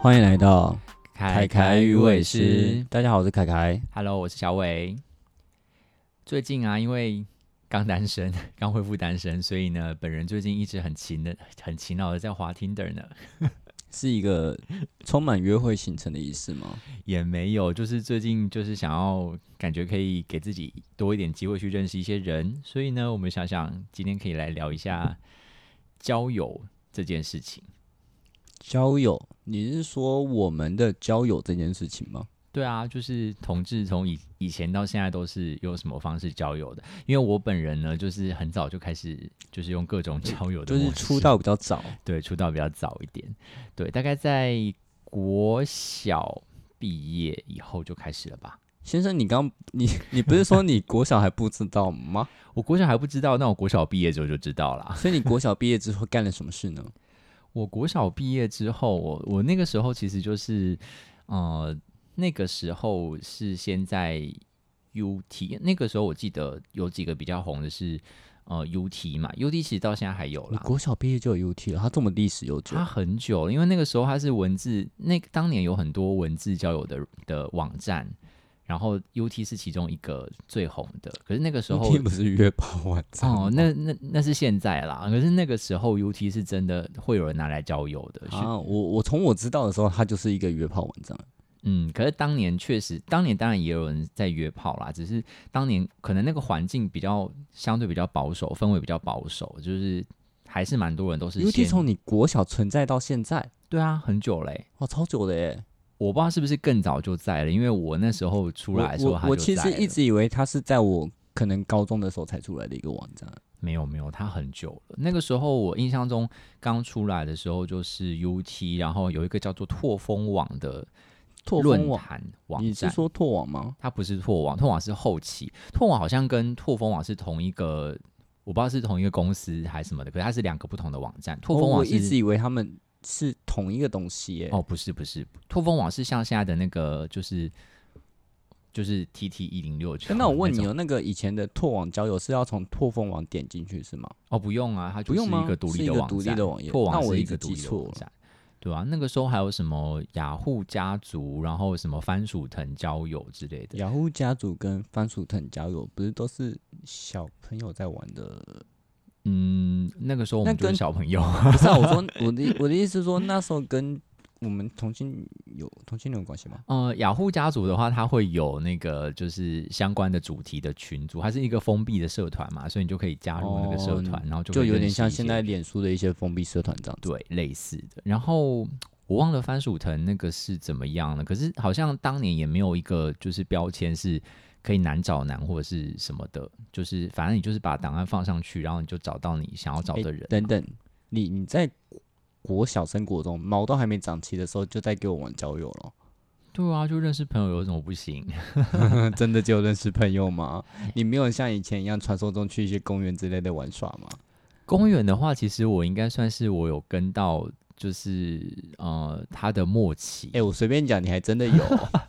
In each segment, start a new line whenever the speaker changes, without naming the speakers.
欢迎来到
凯凯鱼尾狮。
大家好，我是凯凯。
Hello，我是小伟。最近啊，因为刚单身， 刚恢复单身，所以呢，本人最近一直很勤的、很勤劳的在滑 Tinder 呢，
是一个充满约会行程的意思吗？
也没有，就是最近就是想要感觉可以给自己多一点机会去认识一些人，所以呢，我们想想今天可以来聊一下交友这件事情。
交友，你是说我们的交友这件事情吗？
对啊，就是同志从以以前到现在都是用什么方式交友的？因为我本人呢，就是很早就开始就是用各种交友的
就
模式，
是出道比较早，
对出道比较早一点，对，大概在国小毕业以后就开始了吧。
先生，你刚 你你不是说你国小还不知道吗？
我国小还不知道，那我国小毕业之后就知道啦。
所以你国小毕业之后干了什么事 呢？
我国小毕业之后，我我那个时候其实就是，呃，那个时候是先在 UT，那个时候我记得有几个比较红的是，呃，UT 嘛，UT 其实到现在还有
你
啦。
国小毕业就有 UT 了，它这么历史悠久
它，很久了，因为那个时候它是文字，那当年有很多文字交友的的网站，然后 UT 是其中一个最红的。可是那个时候
UT 不是约炮网站吗
哦，那那那是现在啦，可是那个时候 UT 是真的会有人拿来交友的，是
啊，我我从我知道的时候，它就是一个约炮网站。
嗯，可是当年确实，当年当然也有人在约炮啦，只是当年可能那个环境比较相对比较保守，氛围比较保守，就是还是蛮多人都是
UT
先
从你国小存在到现在，
对啊，很久嘞、
哇，超久的耶！
我不知道是不是更早就在了，因为我那时候出来的时
我
候
我
他就在
我其实一
了
直以为它是在我可能高中的时候才出来的一个网站。
没有没有，他很久了。那个时候我印象中刚出来的时候就是 UT，然后有一个叫做拓风网的
拓
论
风网，
坛网
你是
站，
说拓网吗？
它不是拓网，拓网是后期，拓网好像跟拓风网是同一个，我不知道是同一个公司还是什么的，可是它是两个不同的网站。拓
哦
风
我
网
一直
是
以为他们是同一个东西耶。
哦不是不是，拓风网是像现在的那个就是就是 T T 一零六
诶那我问你
哦，
哦，那个以前的拓网交友是要从拓风网点进去是吗？
哦不用啊，它
不
就是
用吗？
一个独
是
立
一
的
个
网
独立
站，
的网页，
拓
那
网
我
是
一
一
直
个独
记
立的
错
网
了。
站。对啊，那个时候还有什么雅虎家族，然后什么番薯藤交友之类的。
雅虎家族跟番薯藤交友不是都是小朋友在玩 的？
嗯，那个时候我
那
们就是
跟
小朋友，
不是啊，我说我的我的意思是说，那时候跟我们同性有同性恋有关系吗？
呃，雅虎家族的话，它会有那个就是相关的主题的群组，它是一个封闭的社团嘛，所以你就可以加入那个社团，
哦
然后就
就
会
有
认
点
识
像
一
现
些
在脸书的一些封闭社团这样子。
对类似的。然后我忘了番薯藤那个是怎么样了，可是好像当年也没有一个就是标签是可以难找难或者是什么的，就是反正你就是把档案放上去，然后你就找到你想要找
诶
的人嘛。
等等，你你在国小升国中，毛都还没长齐的时候，就在给我玩交友了，
对啊，就认识朋友有什么不行？
真的就认识朋友吗？你没有像以前一样传说中去一些公园之类的玩耍吗？
公园的话，其实我应该算是我有跟到，就是呃他的末期。
哎、我随便讲，你还真的有 哦、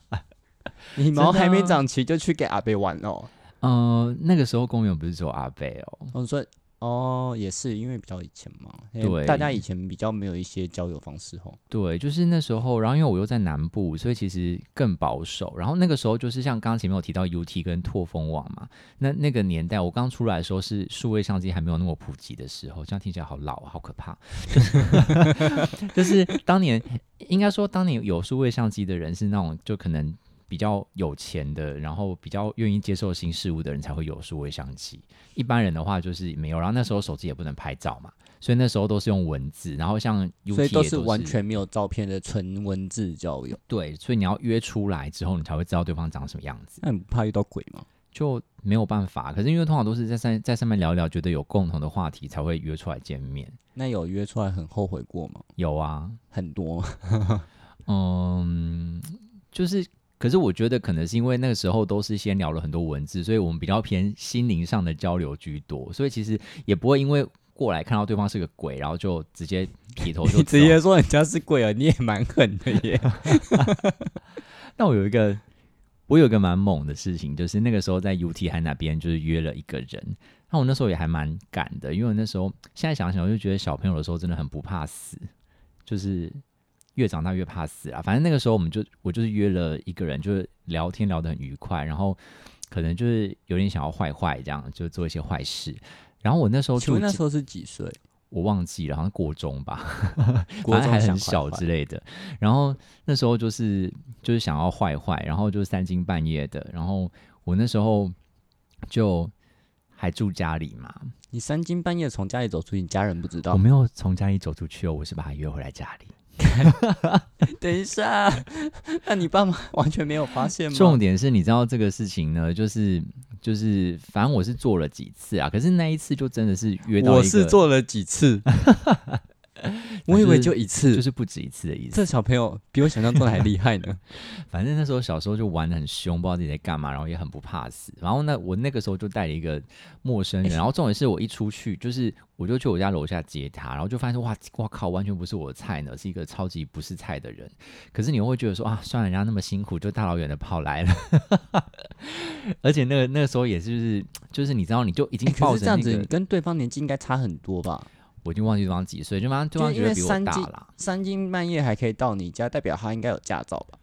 你毛
真的啊
还没长齐就去给阿贝玩哦。
呃，那个时候公园不是只有阿贝哦，
我说哦，也是因为比较以前嘛，因为
对
大家以前比较没有一些交友方式哦。
对，就是那时候，然后因为我又在南部，所以其实更保守。然后那个时候就是像刚刚前面有提到 UT 跟拓风网嘛，那那个年代我刚出来的时候是数位相机还没有那么普及的时候，这样听起来好老，啊好可怕。 就是就是当年应该说当年有数位相机的人是那种就可能。比较有钱的，然后比较愿意接受新事物的人才会有数位相机，一般人的话就是没有。然后那时候手机也不能拍照嘛，所以那时候都是用文字。然后像 UT
所以都
也
是完全没有照片的纯文字交友。
对，所以你要约出来之后，你才会知道对方长什么样子，
那你不怕遇到鬼吗？
就没有办法。可是因为通常都是在上在上面聊一聊，觉得有共同的话题才会约出来见面。
那有约出来很后悔过吗？
有啊，
很多，
嗯，就是，可是我觉得可能是因为那个时候都是先聊了很多文字，所以我们比较偏心灵上的交流居多，所以其实也不会因为过来看到对方是个鬼，然后就直接劈头就
你 直
走
接说人家是鬼啊，你也蛮狠的 耶。
那我有一个，我有一个蛮猛的事情，就是那个时候在 UT 海那边就是约了一个人，那我那时候也还蛮赶的，因为我那时候现在想想，我就觉得小朋友的时候真的很不怕死，就是越长大越怕死啊。反正那个时候我们就我就是约了一个人，就是聊天聊得很愉快，然后可能就是有点想要坏坏这样，就做一些坏事。然后我那时候
请
住
问那
进
时候是几岁？
我忘记了，好像国中吧，
国中
反正还
想
很
坏
小
坏
之类的。然后那时候就是就是想要坏坏，然后就是三更半夜的。然后我那时候就还住家里嘛，
你三更半夜从家里走出去，你家人不知
我
道？
没有从家里走出去哦，我是把他约回来家里。
等一下， 那你爸妈完全没有发现吗？
重点是，你知道这个事情呢，就是就是，反正我是做了几次啊，可是那一次就真的是约到一个，
我是做了几 次，我以为就一次。
就是不止一次的意思。
这小朋友比我想象中的还厉害呢。
反正那时候小时候就玩的很凶，不知道自己在干嘛，然后也很不怕死。然后呢，我那个时候就带了一个陌生
哎
人，然后重点是我一出去，就是我就去我家楼下接他，然后就发现说哇，我靠，完全不是我的菜呢，是一个超级不是菜的人。可是你又会觉得说啊，算了，人家那么辛苦，就大老远的跑来了。 而且那个那个时候也是就是就是你知 道，你就已经
诶
抱
可
着、那个
是 这样子，你跟对方年纪应该差很多吧？
我已经忘记对方几岁，就反正对方
就是因
觉得
为
比我
三
大
斤
啦。
三更半夜还可以到你家，代表他应该有驾照吧？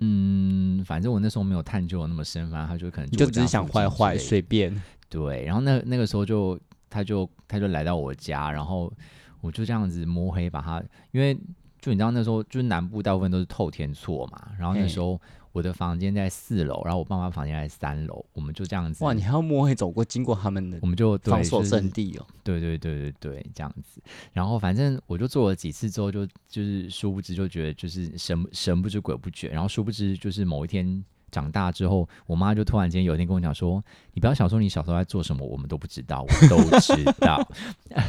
嗯，反正我那时候没有探究得那么深，反正他就可能
你
住
就
我
只
家
是想
附近
坏
之类
坏，
的
随便。
对，然后那那个时候就他就他就来到我家，然后我就这样子摸黑把他，因为就你知道那时候就是南部大部分都是透天厝嘛，然后那
嘿
时候我的房间在四楼，然后我爸妈房间在三楼，我们就这样子，
哇，你还要摸黑走过，经过他们的
我们就对
防守
就是
阵地哦。
对对对对对，这样子。然后反正我就做了几次之后就，就是殊不知就觉得就是神神不知鬼不觉，然后殊不知就是某一天长大之后，我妈就突然间有一天跟我讲说：“你不要想说你小时候在做什么，我们都不知道，我都知 道。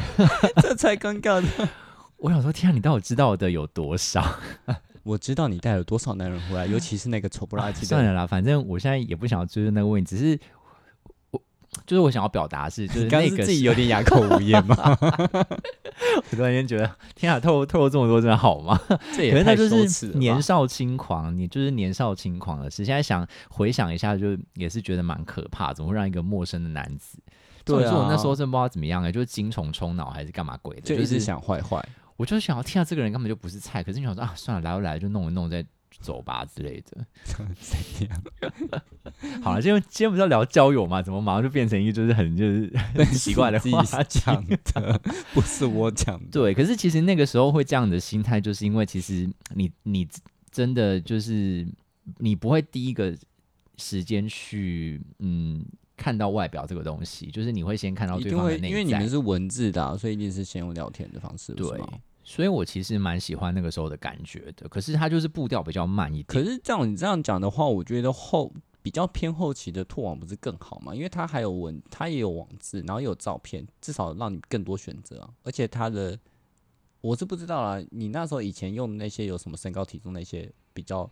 这才尴尬呢。”
我想说：“天啊，你到底知道的有多少？”
我知道你带了多少男人回来，尤其是那个丑不拉 几的
算了啦，反正我现在也不想要追究那个问题，只是我就是我想要表达的是，就是
你刚
那
刚
个
是自己有点哑口无言吗？
我突然间觉得， 天啊，透露透露这么多真的好吗？
这
可
也
能那
太
就
羞耻
是
了吧。
年少轻狂，你就是年少轻狂的事。现在想回想一下，就也是觉得蛮可怕，怎么会让一个陌生的男子？
对啊
重点是我那时候真的不知道怎么样哎、就是精虫充脑还是干嘛鬼的，
就
就
一直
是
想坏 坏。
我就是想要听到这个人根本就不是菜，可是你想说啊，算了，来都来了就弄一弄再走吧之类的。
怎样？
好了，今天今天不是要聊交友嘛，怎么马上就变成一个就是很就是
很
奇怪的
自
话
己讲 的，不是我讲的。
对，可是其实那个时候会这样的心态，就是因为其实你你真的就是你不会第一个时间去嗯看到外表这个东西，就是你会先看到
一
对
定
方
会，
的
因为
内
你们
在。
是文字的啊、所以一定是先用聊天的方式，不是
对
吗
所以我其实蛮喜欢那个时候的感觉的，可是它就是步调比较慢一
可
点。
是这样你这样讲的话，我觉得后比较偏后期的拓网不是更好吗？因为它还有文，它也有网字，然后也有照片，至少让你更多选择、啊。而且它的我是不知道啦，你那时候以前用的那些有什么身高体重那些比较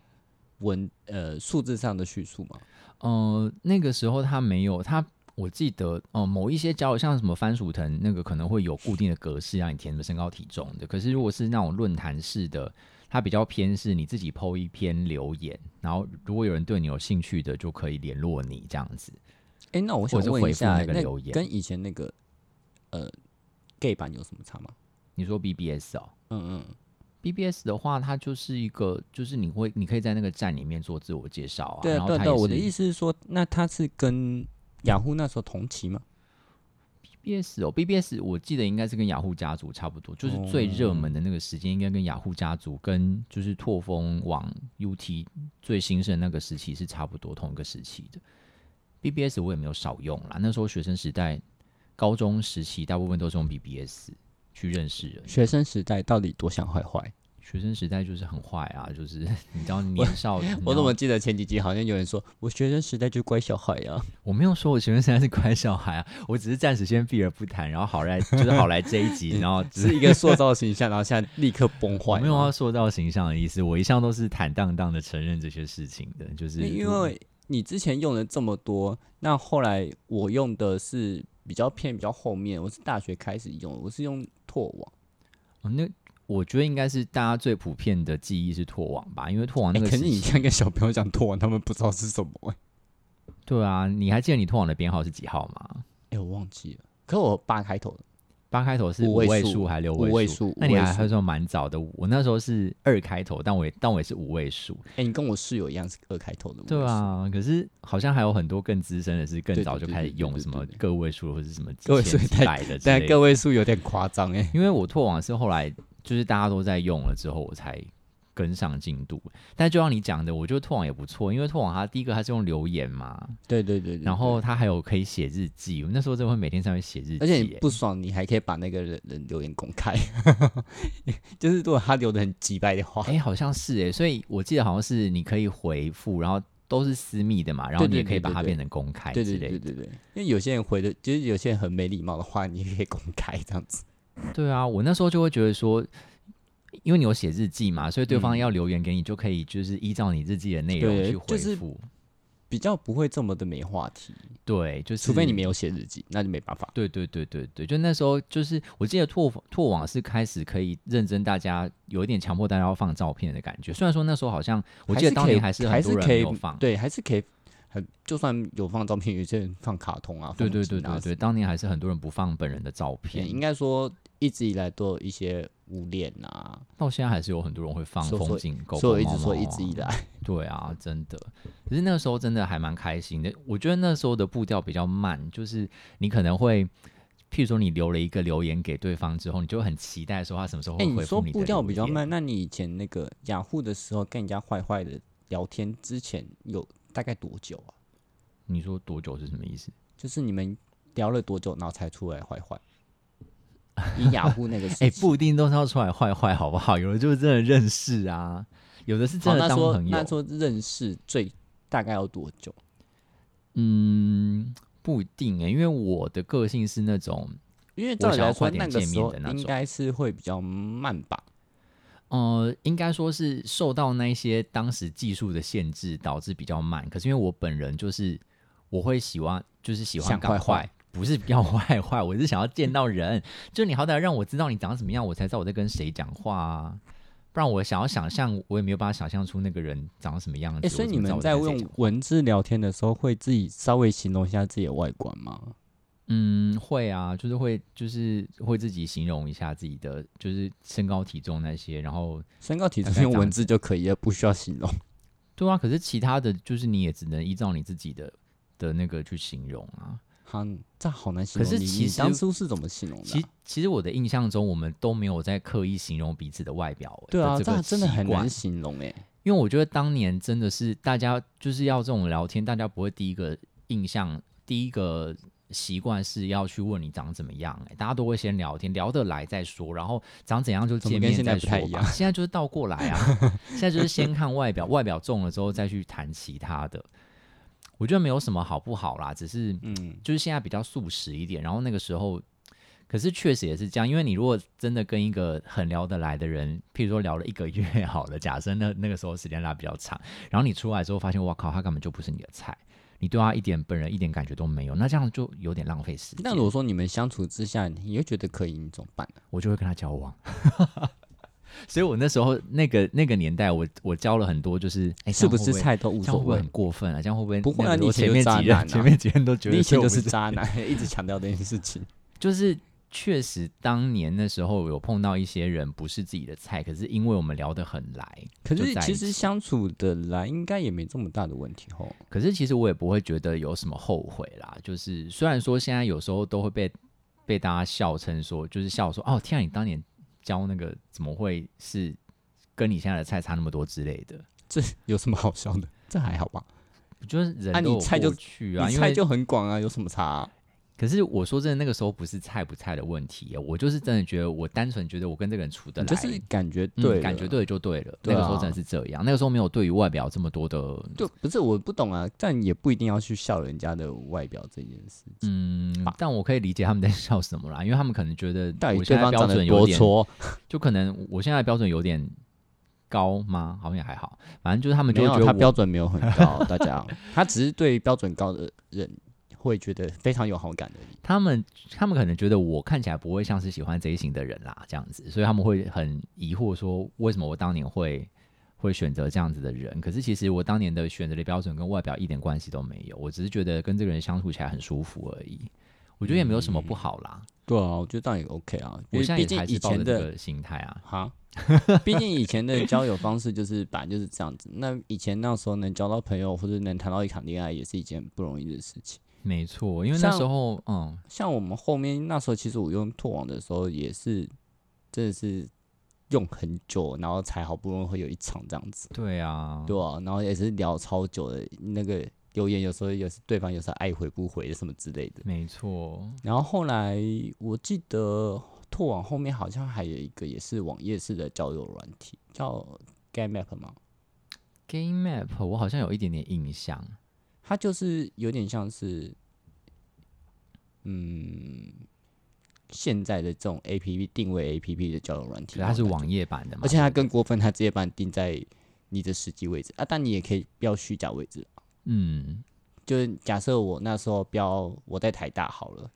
文呃数字上的叙述吗？
呃，那个时候它没有它。我记得，呃，某一些交友像什么番薯藤那个可能会有固定的格式啊让你填什么身高体重的，可是如果是那种论坛式的，它比较偏是你自己 PO 一篇留言，然后如果有人对你有兴趣的，就可以联络你这样子。
诶，那我
或
想
者是
问
回
一
复
下，
那个留言
跟以前那个呃 gay 版有什么差吗？
你说 BBS 哦
嗯嗯，
，BBS 的话，它就是一个，就是你会，你可以在那个站里面做自我介绍啊。
对
然
啊
后
对啊
它
对啊，
也
我的
是
意思是说，那它是跟雅虎那时候同期吗？
BBS 哦，BBS 我记得应该是跟雅虎家族差不多，就是
哦
最热门的那个时间，应该跟雅虎家族跟就是拓风网 UT 最兴盛那个时期是差不多同一个时期的。BBS 我也没有少用啦，那时候学生时代、高中时期大部分都是用 BBS 去认识人。
学生时代到底多想坏坏？
学生时代就是很坏啊，就是 你知道年少，你知
我
道
怎么记得前几集嗯好像有人说我学生时代就乖小孩 啊？
我没有说我学生时代是乖小孩啊，我只是暂时先避而不谈，然后好来就是好来这一 集，然后只
是一个塑造形象，然后现在立刻崩
我
坏。
没有要，塑造形象的意思，我一向都是坦荡荡的承认这些事情的，就是
因为你之前用了这么多，那后来我用的是比较偏比较后面，我是大学开始用，我是用拓网。
哦那我觉得应该是大家最普遍的记忆是拓网吧，因为拓网那
哎
个
可
时
是你
期，
这样跟小朋友讲拓网，他们不知道是什么、 欸。
对啊，你还记得你拓网的编号是几号吗？
哎哎、我忘记了，可我八开头的，
八开头是
五
五
位
位
数
数还是六
五位
数
数？
那你
五位
还还
数
算蛮早的。我那时候是二开头，但我也但我也是五位数。
哎、你跟我室友一样是二开头的，
对，啊，可是好像还有很多更资深的是更
对
早
对
就
对
开始
对对
用
对
什么
对对
个位数或是什么
个
几
位数
千几
太
百 的之
但
类
个
的。
位数有点夸张哎。
因为我拓网是后来就是大家都在用了之后，我才跟上进度。但就像你讲的，我觉得拓网也不错，因为拓网它第一个它是用留言嘛，
对对嗯对对
然后它还有可以写日记。我那时候真的会每天上去写日记耶，欸
而且你不爽，你还可以把那个人人留言公开， 就是如果他留的很急败的话，
哎、好像是哎，所以我记得好像是你可以回复，然后都是私密的嘛，然后
对
你
对
也可以
对
把
对
它
对
变成公开之
对
类的。
对对对对，因为有些人回的，就是有些人很没礼貌的话，你也可以公开这样子。
对啊，我那时候就会觉得说，因为你有写日记嘛，所以对方
嗯
要留言给你，就可以就是依照你日记的内容
对
去回
就是
复。
比较不会这么的没话题，
对，就是
除非你没有写日记，那就没办法。
对对对对对，就那时候就是我记得拓拓网是开始可以认真，大家有一点强迫大家要放照片的感觉。虽然说那时候好像我记得当年还
还
是
可以还是
很多人
可
没
以
有放，
对，还是可以很，就算有放照片，有些人放卡通啊，
对
风
对
景
对
啊
对对，当年还是很多人不放本人的照
片，
片
应，该说一直以来都有一些捂脸啊，
到现在还是有很多人会放
所以
风
说
景狗狗
所以我一
猫
直说
猫
一
啊
直以来，
对啊，真的。可是那个时候真的还蛮开心的。我觉得那时候的步调比较慢，就是你可能会，譬如说你留了一个留言给对方之后，你就会很期待说他什么时候
哎，
会
你
回
说
复的、啊
步调比较，慢，那你以前那个雅虎的时候跟人家坏坏的聊天之前有大概多久啊？
你说多久是什么意思？
就是你们聊了多久，然后才出来坏坏？以雅虎那个时期，
哎、不一定都是要出来坏坏，好不好？ 有的就是真的认识啊，有的是真
好，
的
那
当
说
朋友
那。说认识最大概要多久？
嗯，不一定哎、因为我的个性是那种，
因为照理
想要
来说，
快点
那个
见
时
面
候
的那
应
种
该是会比较慢吧。
呃，应该说是受到那一些当时技术的限制，导致比较慢。可是因为我本人就是我会喜欢，就是喜欢
想
赶
坏
快，
坏
不是要坏坏，我是想要见到人。就你好歹让我知道你长什么样，我才知道我在跟谁讲话啊。不然我想要想象，我也没有办法想象出那个人长什么样子。
哎、所以
我
你
怎么知道
们
我
在
在跟谁
用
讲
文字聊天的时候，会自己稍微形容一下自己的外观吗？
嗯，会啊，就是会，就是会自己形容一下自己的，就是身高体重那些，然后
身高体
大
重
概
用
这样
文字就可以了，不需要形容。
对啊，可是其他的就是你也只能依照你自己的的那个去形容啊。
好，这好难形容
可
你。
是其
你
实
当初是怎么形容的啊、
其其实我的印象中，我们都没有在刻意形容彼此的外表、欸
对啊，
的这
这
个
真的
习
很
惯
难形容哎、
因为我觉得当年真的是大家就是要这种聊天，大家不会第一个印象、第一个习惯是要去问你长怎么样、欸，大家都会先聊天，聊得来再说，然后长怎样就
怎么
见
跟
面
现在
再
不
说
太一
吧。
样
现在就是倒过来 啊，现在就是先看外表，外表中了之后再去谈其他的。我觉得没有什么好不好啦，只是
嗯，
就是现在比较素食一点，然后那个时候，可是确实也是这样，因为你如果真的跟一个很聊得来的人，譬如说聊了一个月好了，假设那那个时候时间拉比较长，然后你出来之后发现，哇靠，他根本就不是你的菜，你对他一点本人一点感觉都没有，那这样就有点浪费时间
那，如果说你们相处之下，你又觉得可以，你怎么办呢、
我就会跟他交往。所以我那时候那个那个年代我，我交了很多，就是哎，
是不是
菜？
菜都无
这样
所
会不会
谓
很？过分啊？这样会不会
不会啊
那个
你以前
前
就
面几
渣男
任
啊
前面几任都觉得
你以前
我
就
不
是渣男， 一直强调这件事情。
就是确实当年那时候有碰到一些人不是自己的菜，可是因为我们聊得很来，
可
就是在一
其实
起
相处的来，应该也没这么大的问题吼。
可是其实我也不会觉得有什么后悔啦。就是虽然说现在有时候都会被被大家笑称说，就是笑说哦，天啊，你当年教那个怎么会是跟你现在的菜差那么多之类的。
这有什么好笑的？ 这还好吧？
我觉得人
啊
都
你
有
菜就
过去啊，
你
因
菜
为
就很广啊，有什么差啊、
可是我说真的，那个时候不是菜不菜的问题耶，我就是真的觉得我单纯觉得我跟这个人处得
你
来，
就是感觉
嗯
对、
感觉，对就对了。
对
那个时候
啊
真的是这样，那个时候没有对于外表这么多的，
就不是我不懂啊，但也不一定要去笑人家的外表这件事情。
嗯
吧，
但我可以理解他们在 笑什么啦，因为他们可能觉得
啊到底
我现
对
在
方
标
长得
准有
多
点，
挫，
就可能我现在标准有点高吗？好像也还好，反正就是他们就
没
会
有
觉得
他
我
标准没有很高，大 家，他只是对标准高的人会觉得非常有好感而已。
他们他们可能觉得我看起来不会像是喜欢这一型的人啦，这样子，所以他们会很疑惑说，为什么我当年会会选择这样子的人？可是其实我当年的选择的标准跟外表一点关系都没有，我只是觉得跟这个人相处起来很舒服而已。我觉得也没有什么不好啦。
对啊，我觉得倒也 OK 啊，因
我
为
现在
毕
也
竟
还
以
是抱着
前
这
的
个心态啊。
哈，毕竟以前的交友方式就是本来就是这样子。那以前那时候能交到朋友或者能谈到一场恋爱，也是一件不容易的事情。
没错，因为那
像
时候，嗯，
像我们后面那时候，其实我用拓网的时候也是，真的是用很久，然后才好不容易会有一场这样子，
对啊，
对啊，然后也是聊超久的，那个留言有时候也是对方有时候爱回不回什么之类的。
没错，
然后后来我记得拓网后面好像还有一个也是网页式的交友软体，叫 GameMap 吗？
Game Map，我好像有一点点印象。
它就是有点像是，嗯，现在的这种 A P P 定位 A P P 的交友软
可
体，
是它是，网页版的
啊
嘛？
而且它跟果粉它直接把你定在你的实际位置啊，但你也可以标虚假位置，
嗯，
就是假设我那时候标我在台大好了，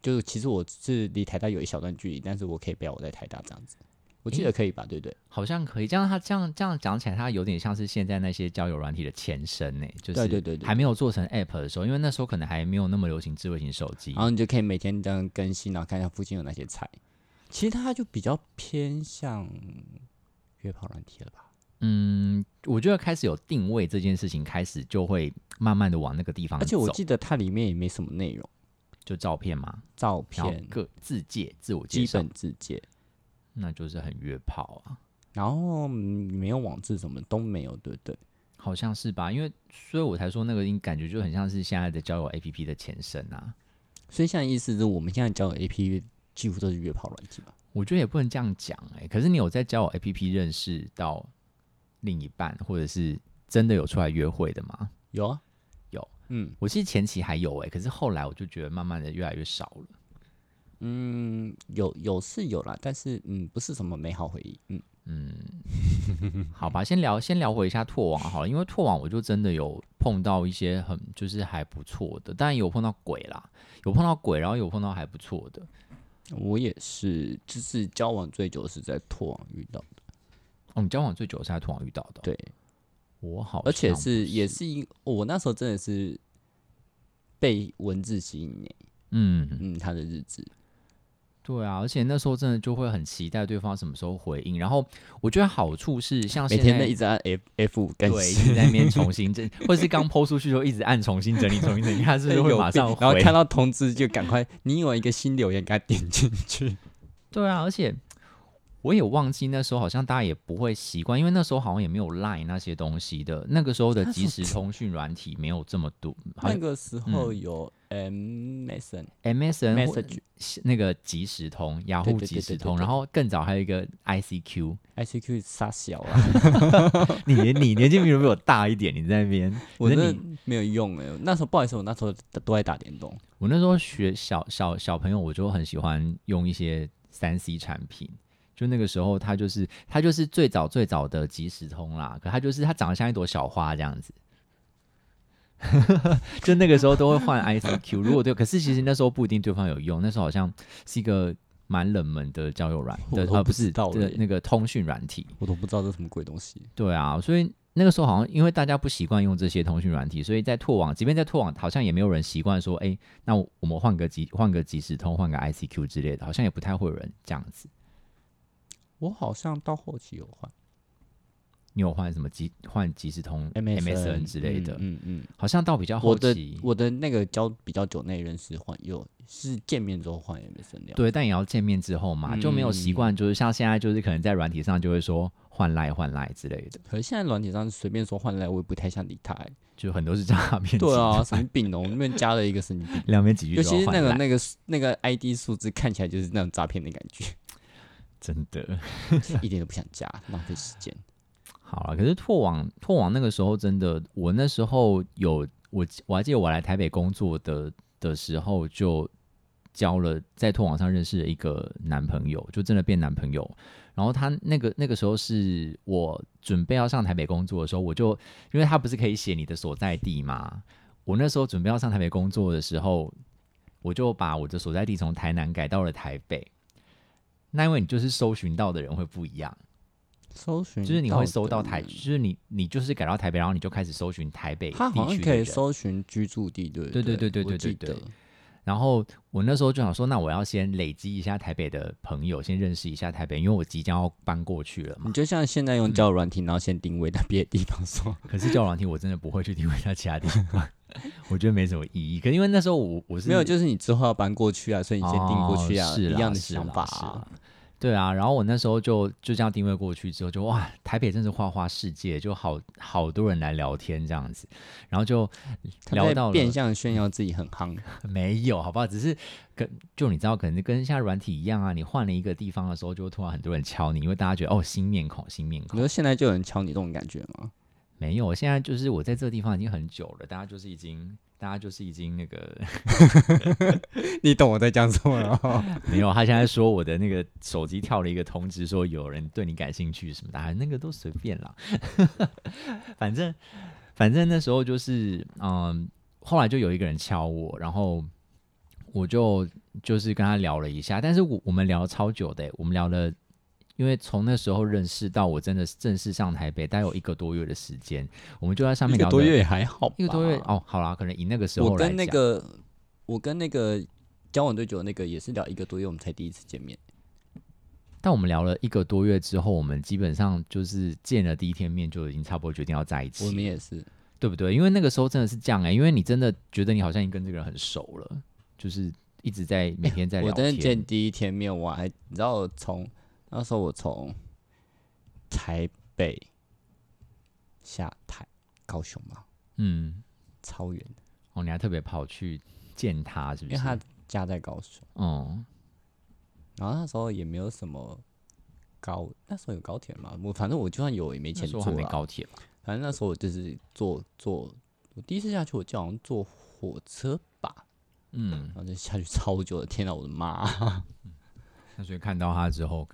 就是其实我是离台大有一小段距离，但是我可以标我在台大这样子，我记
诶
得可以吧？对不对？
好像可以。这样它这样这样讲起来，它有点像是现在那些交友软体的前身呢、就是
对对对对
还没有做成 App 的时候，因为那时候可能还没有那么流行智慧型手机
然。后你就可以每天这样更新，然后看一下附近有哪些菜。其实它就比较偏向约炮软体了吧？
嗯，我觉得开始有定位这件事情，开始就会慢慢的往那个地方
而且我
走
记得它里面也没什么内容，
就照片嘛，
照
然后
片、
各自介、自我介
基
绍
本，字节，
那就是很约炮啊。
然后嗯没有网志，什么都没有，对不对？
好像是吧，因为所以我才说那个应感觉就很像是现在的交友 A P P 的前身啊。
所以现在意思是我们现在交友 A P P 几乎都是约炮软体嘛？
我觉得也不能这样讲哎、可是你有在交友 A P P 认识到另一半，或者是真的有出来约会的吗？
有啊，
有，
嗯
我其实前期还有哎、可是后来我就觉得慢慢的越来越少了。
嗯，有有是有啦，但是嗯，不是什么美好回忆，嗯，
好吧，先聊先聊回一下拓网好了，因为拓网我就真的有碰到一些很就是还不错的，当然有碰到鬼啦，有碰到鬼，然后有碰到还不错的。
我也是，就是交往最久是在拓网遇到的，
哦，你交往最久是在拓网遇到的哦、
对，
我好像不，
而且是也是因我那时候真的是被文字吸引耶，
嗯。
嗯，他的日志，
对啊，而且那时候真的就会很期待对方什么时候回应。然后我觉得好处是，像
每
现
天
在
都一直按 F F 五更
对一
新。
直在那 边重新整，或者是刚抛出去就一直按重新整理、重新整理，他是不是会 马上
然后
回？
看到通知就赶快，你有一个新留言，给他点进 去。
对啊，而且我也忘记那时候好像大家也不会习惯，因为那时候好像也没有 Line 那些东西的，那个时候的
啊
即时通讯软体没有这么多，好
那
像
个时候有 M Mason
MSN 或
Message
那个即时通、雅
对
虎
对
即
对
时
对对
通，
对
然后更早还有一个 ICQ。
ICQ 傻小啊，
你年你年纪明明比我大一点，你在那边，
我
可
真
是
的
你
没有用哎、那时候不好意思，我那时候都在打电动。
我那时候学小小小朋友，我就很喜欢用一些三 C 产品。就那个时候，它就是它就是最早最早的即时通啦，可它就是它长得像一朵小花这样子。 就那个时候都会换 ICQ，如果对，可是其实那时候不一定对方有用，那时候好像是一个蛮冷门的交友软
我
的，
都
呃，
不
是
知道
的
耶
那个通讯软体。
我都不知道这什么鬼东西，
对啊，所以那个时候好像因为大家不习惯用这些通讯软体，所以在拓网，即便在拓网，好像也没有人习惯说，哎、那我我们换个即换个即时通，换个 ICQ 之类的，好像也不太会有人这样子。
我好像到后期有换
你有换什么即换即时通、
MSN
之类的，
嗯嗯，嗯
好像到比较
我
后
的
期。
我的那个交比较久那人是换有是见面之后换 MSN 聊，
对，但也要见面之后嘛，就没有习
嗯
惯，就是像现在，就是可能在软体上就会说换赖换赖之类的，
可是现在软体上随便说换来，我也不太想理他、 欸。
就很多是诈骗集团。，
对啊，神经病哦，那边加了一个神经病
两边几句
尤
都要
其是那
换
个
赖
那个那个 ID 数字看起来就是那种诈骗的感 觉，
真的。
一点都不想加，浪费时间。
好了，可是拓网拓网那个时候真的，我那时候有我我还记得我来台北工作的的时候就交了在拓网上认识了一个男朋友，就真的变男朋友。然后他那个那个时候是我准备要上台北工作的时候，我就因为他不是可以写你的所在地嘛，我那时候准备要上台北工作的时候，我就把我的所在地从台南改到了台北。那因为你就是搜寻到的人会不一样。
搜寻
就是你会
嗯
搜
的
到台，就是你你就是改到台北，然后你就开始搜寻台北
它好
地
像
区
可
的
以
人，
搜寻居住地，对不
对对
对
对对
我
对
记
对
得
对然后我那时候就想说，那我要先累积一下台北的朋友，先认识一下台北，因为我即将要搬过去了嘛
你。就像现在用交友软体，然后先定位到别的地方 说，
可是交友软体我真的不会去定位它其他地方， 我觉得没什么意义。可因为那时候我我是
没有，就是你之后要搬过去啊，所以你先定过去啊，
哦、是
一
啦
样的
是
想
啦
法
是啦
啊。
对啊，然后我那时候就就这样定位过去之后就，哇，台北真是花花世界，就好好多人来聊天这样子，然后就
他
聊
在
到了
变相炫耀自己很 夯，
没有，好不好？只是跟就你知道，可能跟现在软体一样啊，你换了一个地方的时候，就会突然很多人敲你，因为大家觉得哦，新面孔，新面
你
孔。
说现在就有人敲你这种感觉吗？
没有，现在就是我在这个地方已经很久了，大家就是已经，大家就是已经那个
你懂我在讲什么了哦？
没有，他现在说我的那个手机跳了一个通知，说有人对你感兴趣什么的，啊那个都随便啦。 反正反正那时候就是，嗯，后来就有一个人敲我，然后我就就是跟他聊了一下，但是我我们聊了超久的欸，我们聊了。因为从那时候认识到我真的正式上台北，大概有一个多月的时间，我们就在上面
一
聊
个
了
多月也还好吧，
一个多月哦，好啦，可能以那个时候
我
来
跟
讲，
那个我跟那个交往最久的那个也是聊一个多月，我们才第一次见面。
但我们聊了一个多月之后，我们基本上就是见了第一天面就已经差不多决定要在一
我们
起，
也是，
对不对？因为那个时候真的是这样哎、因为你真的觉得你好像已经跟这个人很熟了，就是一直在每天在
哎我
聊
真
天。
的见第一天面，我还哎你知道我从那时候我从台北下台高雄嘛，
嗯，
超远，
哦，你还特别跑去见他，是
因
不
为
是？
他家在高雄，
嗯，
然后那时候也没有什么高，那时候有高铁嘛，我反正我就算有也没
那
钱
时
坐
候还没
啦
高铁吧？
反正那时候我就是坐坐，我第一次下去我记得好像坐火车吧，
嗯
然，后就下去超久的，天呐，我的妈！
那所以看到他之后，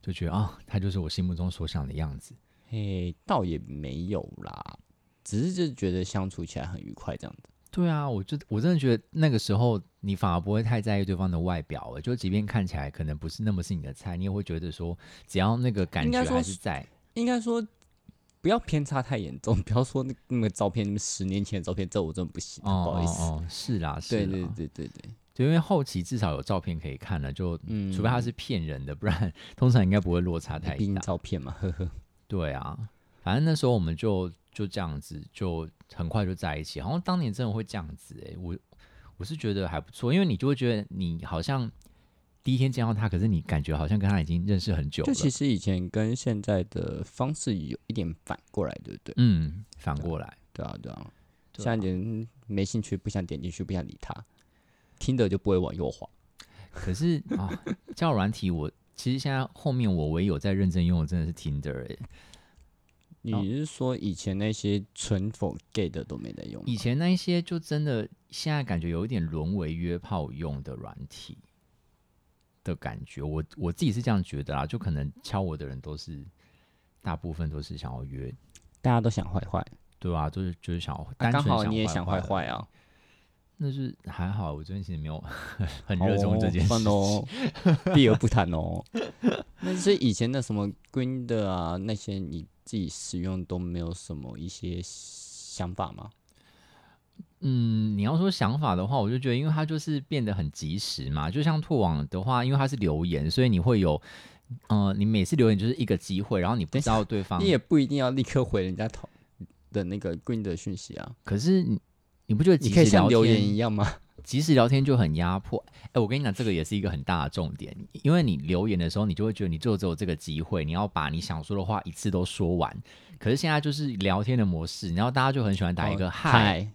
就觉得啊、他就是我心目中所想的样子。
嘿，倒也没有啦，只是就觉得相处起来很愉快这样子。
对啊，我就我真的觉得那个时候你反而不会太在意对方的外表了，就即便看起来可能不是那么是你的菜，你也会觉得说，只要那个感
应该
觉
说
还是
是
在，
应该说不要偏差太严重，不 要说那那个照片，那么十年前的照片，这我真的不行，
哦
不好意思。
哦哦，是 啦是啊
对
啦，
对对对对，
就因为后期至少有照片可以看了，就
嗯，
除非他是骗人的，不然 通常应该不会落差太
毕竟
大。
照片嘛，呵呵。
对啊，反正那时候我们就就这样子，就很快就在一起。好像当年真的会这样子诶、我我是觉得还不错，因为你就会觉得你好像第一天见到他，可是你感觉好像跟他已经认识很久了
就。其实以前跟现在的方式有一点反过来，对不对？
嗯，反过来，
对啊对啊，
对
现
啊
在人没兴趣，不想点进去，不想理他，听的就不会往右滑。
可是啊， 交友软体我其实现在后面我唯一有在认真用的真的是 Tinder 哎、哦
你是说以前那些纯否 gay 的都没得用吗？
以前那一些就真的现在感觉有一点沦为约炮用的软体的感觉，我我自己是这样觉得啦，就可能敲我的人都是大部分都是想要约，
大家都想坏坏，
对吧、就是就是想要
啊
啊单
刚
纯
好你也
想
想坏
坏坏，
坏啊，
那是还好，我最近其实没有 很热衷这件事
哦，算
情。
哦，避而不谈 哦。那是以前的什么 green 的啊，那些你自己使用都没有什么一些想法吗？
嗯，你要说想法的话，我就觉得，因为它就是变得很及时嘛。就像拓网的话，因为它是留言，所以你会有，呃，你每次留言就是一个机会，然后你不
等一
知道对方
你，也不一定要立刻回人家头的那个 green 的讯息啊，
可是你你不觉得
你
及
可以
时
像
聊
留言一
天，
样吗？
及时聊天就很压迫？哎、我跟你讲，这个也是一个很大的重点，因为你留言的时候，你就会觉得你就只有这个机会，你要把你想说的话一次都说完。可是现在就是聊天的模式，然后大家就很喜欢打一个
哦
嗨，，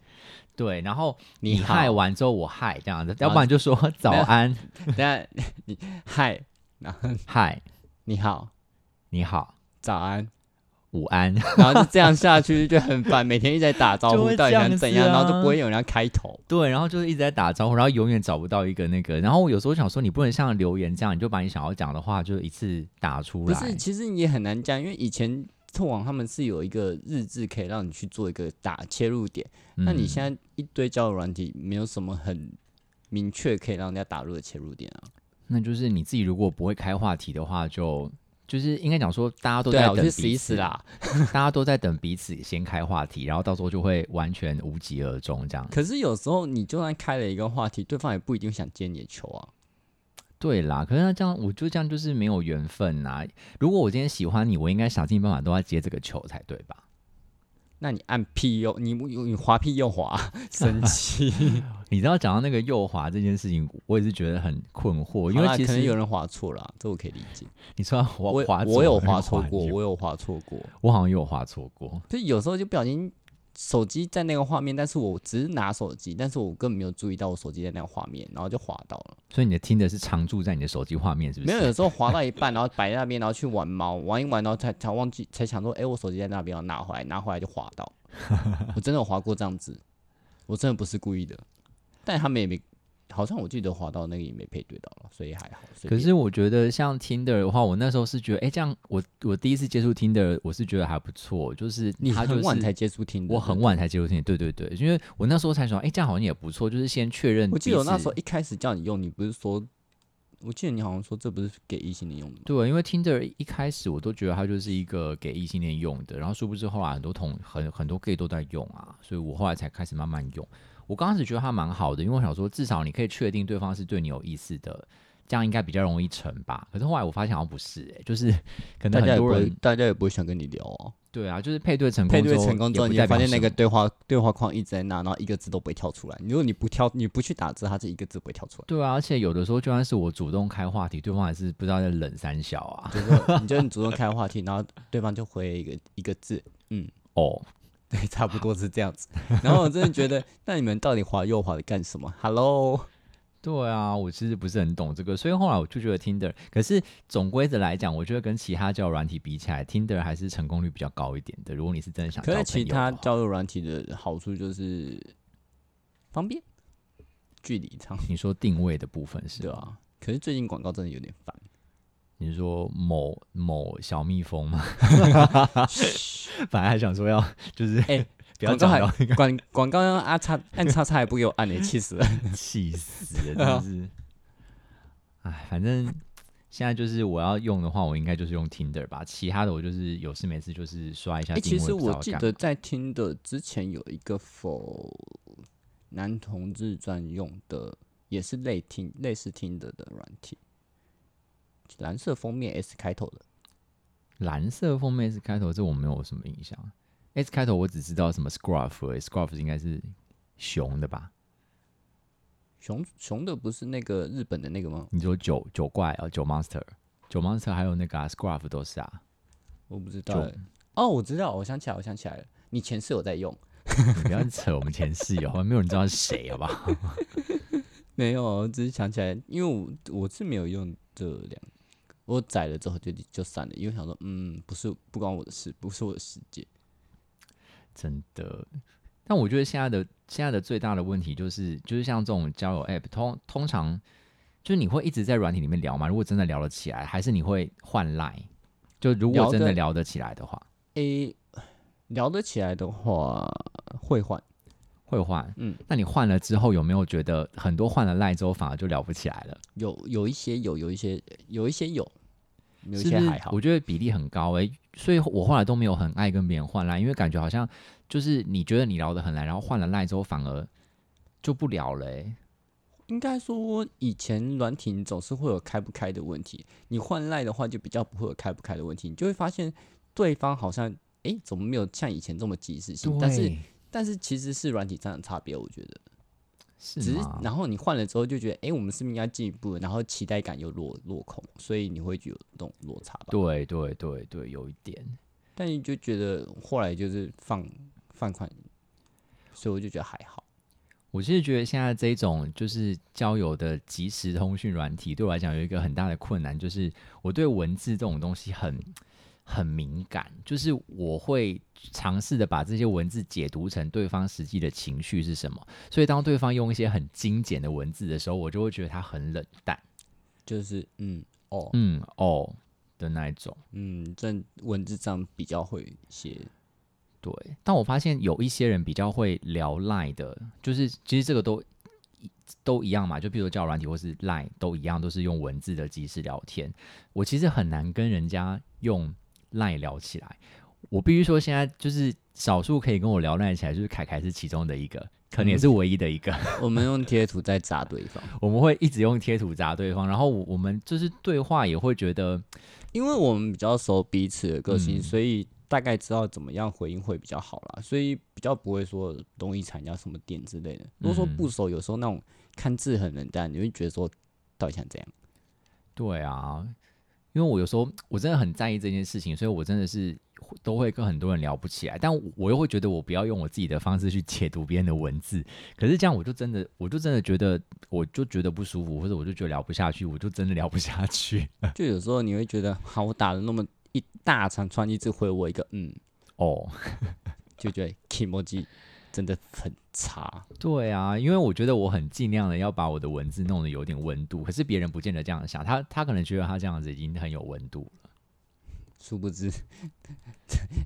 对，然后你
好
嗨完之后我嗨这样子，要
后
不然就说 早
没有
安
等一下你嗨，
嗨。
你好，
你好，
早安，
午安，
然后就这样下去就很烦，每天一直在打招
就
呼，
会
到底
这样
想怎
子
样，然
啊
后就不会有人要开头。
对，然后就是一直在打招呼，然后永远找不到一个那个，然后我有时候想说，你不能像留言这样，你就把你想要讲的话就一次打出
不
来，
是，其实你也很难讲，因为以前特网他们是有一个日志可以让你去做一个打切入点，
嗯
那你现在一堆交友软体没有什么很明确可以让人家打入的切入点啊。
那就是你自己如果不会开话题的话就，就是应该讲说，大家都
对
在
啊，我去
等彼
死一死
此，
啦。
大家都在等彼此先开话题，然后到时候就会完全无疾而终这样。
可是有时候你就算开了一个话题，对方也不一定想接你的球啊。
对啦，可是那这样，我就这样就是没有缘分呐、如果我今天喜欢你，我应该想尽办法都要接这个球才对吧？
那你按屁又你你滑屁又滑，生气。
你知道讲到那个右滑这件事情，我也是觉得很困惑，因
好啦
为其
可
实
能有人滑错了，这我可以理解。
你说滑
我
滑左
我有
还是
滑错过，
右
我有滑错过。
我好像也有滑错过。
就有时候就不小心手机在那个画面，但是我只是拿手机，但是我根本没有注意到我手机在那个画面，然后就滑到了。
所以你的听的是常驻在你的手机画面，是不
没
是？
有，有时候滑到一半，然后摆在那边，然后去玩猫，玩一玩，然后才才忘记，才想说，哎、我手机在那边，要拿回来，拿回来就滑 到。我真的有滑过这样子，我真的不是故意的。但他们也没，好像我记得滑到那个也没配对到了，所以还好。随
可
便
是我觉得像 Tinder 的话，我那时候是觉得，哎、这样我我第一次接触 Tinder，我是觉得还不错，就是
你
它就
很晚
是
才接触听的，
我很晚才接触 Tinder，对对对，因为我那时候才想，哎、这样好像也不错，就是先确认。
我记得我那时候一开始叫你用，你不是说，我记得你好像说这不是给异性的用的吗？
对，因为 Tinder 一开始我都觉得它就是一个给异性恋用的，然后殊不知后来很多同很很多 gay 都在用啊，所以我后来才开始慢慢用。我刚开始觉得它蛮好的，因为我想说至少你可以确定对方是对你有意思的，这样应该比较容易成吧。可是后来我发现好像不是、欸，就是可
大家
能很
也不
多
会
人，
大家也不会想跟你聊啊。
对啊，就是配对成功
配对成功之后，
也不
你
代
会
表
发现那
什
个
么
对话对话框一直在那，然后一个字都不会跳出来。如果你不跳，你不去打字，它是一个字不会跳出来。
对啊，而且有的时候就算是我主动开话题，对方还是不知道在冷三小啊。
就是 说你就是你主动开话题，然后对方就回一个一个字，
哦，
对，差不多是这样子。然后我真的觉得，那你们到底滑右滑的干什么？Hello，
对啊，我其实不是很懂这个，所以后来我就觉得 Tinder，可是总归的来讲，我觉得跟其他交友软体比起来，Tinder 还是成功率比较高一点的。如果你是真的想
可
交朋友啊
是
的话，
其他交友软体的好处就是方便、距离长，
你说定位的部分是
对
吧？
啊。可是最近广告真的有点烦。
你是说某某小蜜蜂吗？ 啊本来还想说要就是
哎
不 要
广告
讲
还
到一个
广广告要按叉按叉叉还不给我按 呢、气死了！
气死
啊
了，真的是，哎，反正现在就是我要用的话，我应该就是用 Tinder 吧，其他的我就是有事没事就是刷一下
哎、
定位。
其实
不知道
我
要
记
干
得
嘛
在听的之前有一个否男同志专用的，也是类听类似听的的软体，蓝色封面 S 开头的，
蓝色封面 S 开头，这我没有什么印象。S 开头我只知道什么 Scruff，而已 Scruff 应该是熊的吧？
熊熊的不是那个日本的那个吗？
你说九九怪啊、哦，九 Monster，九 Monster 还有那个、啊、Scruff 都是啊，
我不知道
就
欸、哦，我知道，我想起来，我想起来了，你前世有在用？
你不要扯我们前室友， 没有人知道是谁，好不好？
没有，啊我只是想起来，因为我我是没有用这两个，我载了之后就就删了，因为想说，嗯，不是不关我的事，不是我的世界。
真的。但我觉得现在的现在的最大的问题就是，就是像这种交友 App，通通常就是你会一直在软体里面聊吗？如果真的聊得起来，还是你会换 Line？就如
聊
果
得
真的聊得起来的话，
诶、聊得起来的话会换，
会换，
嗯，
那你换了之后有没有觉得很多换了赖之后反而就聊不起来了？
有有一些有，有一些有一些有，有一
是
些
不是
还好。
我觉得比例很高诶、所以我后来都没有很爱跟别人换赖，因为感觉好像就是你觉得你聊得很来，然后换了赖之后反而就不聊了、欸。
应该说以前软体你总是会有开不开的问题，你换赖的话就比较不会有开不开的问题，你就会发现对方好像诶、怎么没有像以前这么及时性？但是
对
但是其实是软体上的差别，我觉得。只
是
是
吗？
然后你换了之后就觉得，诶，我们是不是应该进一步？然后期待感又落落空，所以你会有这种落差吧？
对对对对，有一点。
但你就觉得后来就是放放宽，所以我就觉得还好。
我其实觉得现在这种就是交友的即时通讯软体，对我来讲有一个很大的困难，就是我对文字这种东西很很敏感，就是我会尝试的把这些文字解读成对方实际的情绪是什么。所以当对方用一些很精简的文字的时候，我就会觉得他很冷淡，
就是嗯哦
嗯哦的那一种。
嗯，这文字上比较会写，
对，但我发现有一些人比较会聊赖的，就是其实这个都都一样嘛，就比如说交友软体或是 Line 都一样，都是用文字的即时聊天。我其实很难跟人家用 Line 聊起来。我必须说，现在就是少数可以跟我聊 Line 起来，就是凯凯是其中的一个，可能也是唯一的一个。
我们用贴图在砸对方，
我们会一直用贴图砸对方，然后我我们就是对话也会觉得，
因为我们比较熟彼此的个性，
嗯
所以大概知道怎么样回应会比较好啦，所以比较不会说容易参加什么点之类的。如果说
嗯
不熟，有时候那种看字很冷淡，你会觉得说到底想怎样？
对啊，因为我有时候我真的很在意这件事情，所以我真的是都会跟很多人聊不起来，但我我又会觉得我不要用我自己的方式去解读别人的文字，可是这样我就真的我就真的觉得我就觉得不舒服，或者我就觉得聊不下去，我就真的聊不下去
就有时候你会觉得，好，我打了那么一大长串，一直回我一个嗯，
哦。
就觉得 k i m o j i 真的很差。
对啊，因为我觉得我很尽量的要把我的文字弄得有点温度，可是别人不见得这样想，他他可能觉得他这样子已经很有温度了。
殊不知，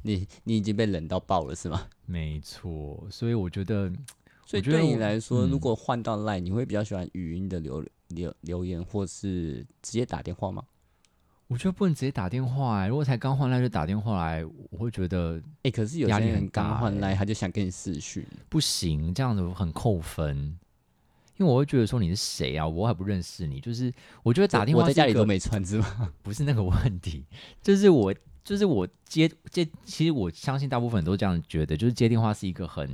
你你已经被冷到爆了，是吗？
没错，所以我觉得
所以
我觉得
对你
我
来说，如
嗯
果换到 Line，你会比较喜欢语音的留留留言，或是直接打电话吗？
我觉得不能直接打电话、欸，如果才刚换来就打电话来，我会觉得
哎、可是有
压
些
力
人
很
刚
大
换 Line，
欸
他就想跟你视讯，
不行，这样子很扣分。因为我会觉得说你是谁啊，我还不认识你，就是我觉得打电话
我在
是
家
一
里
个
都没穿，是吗？
不是那个 问题，就是我就是我接接，其实我相信大部分人都这样觉得，就是接电话是一个很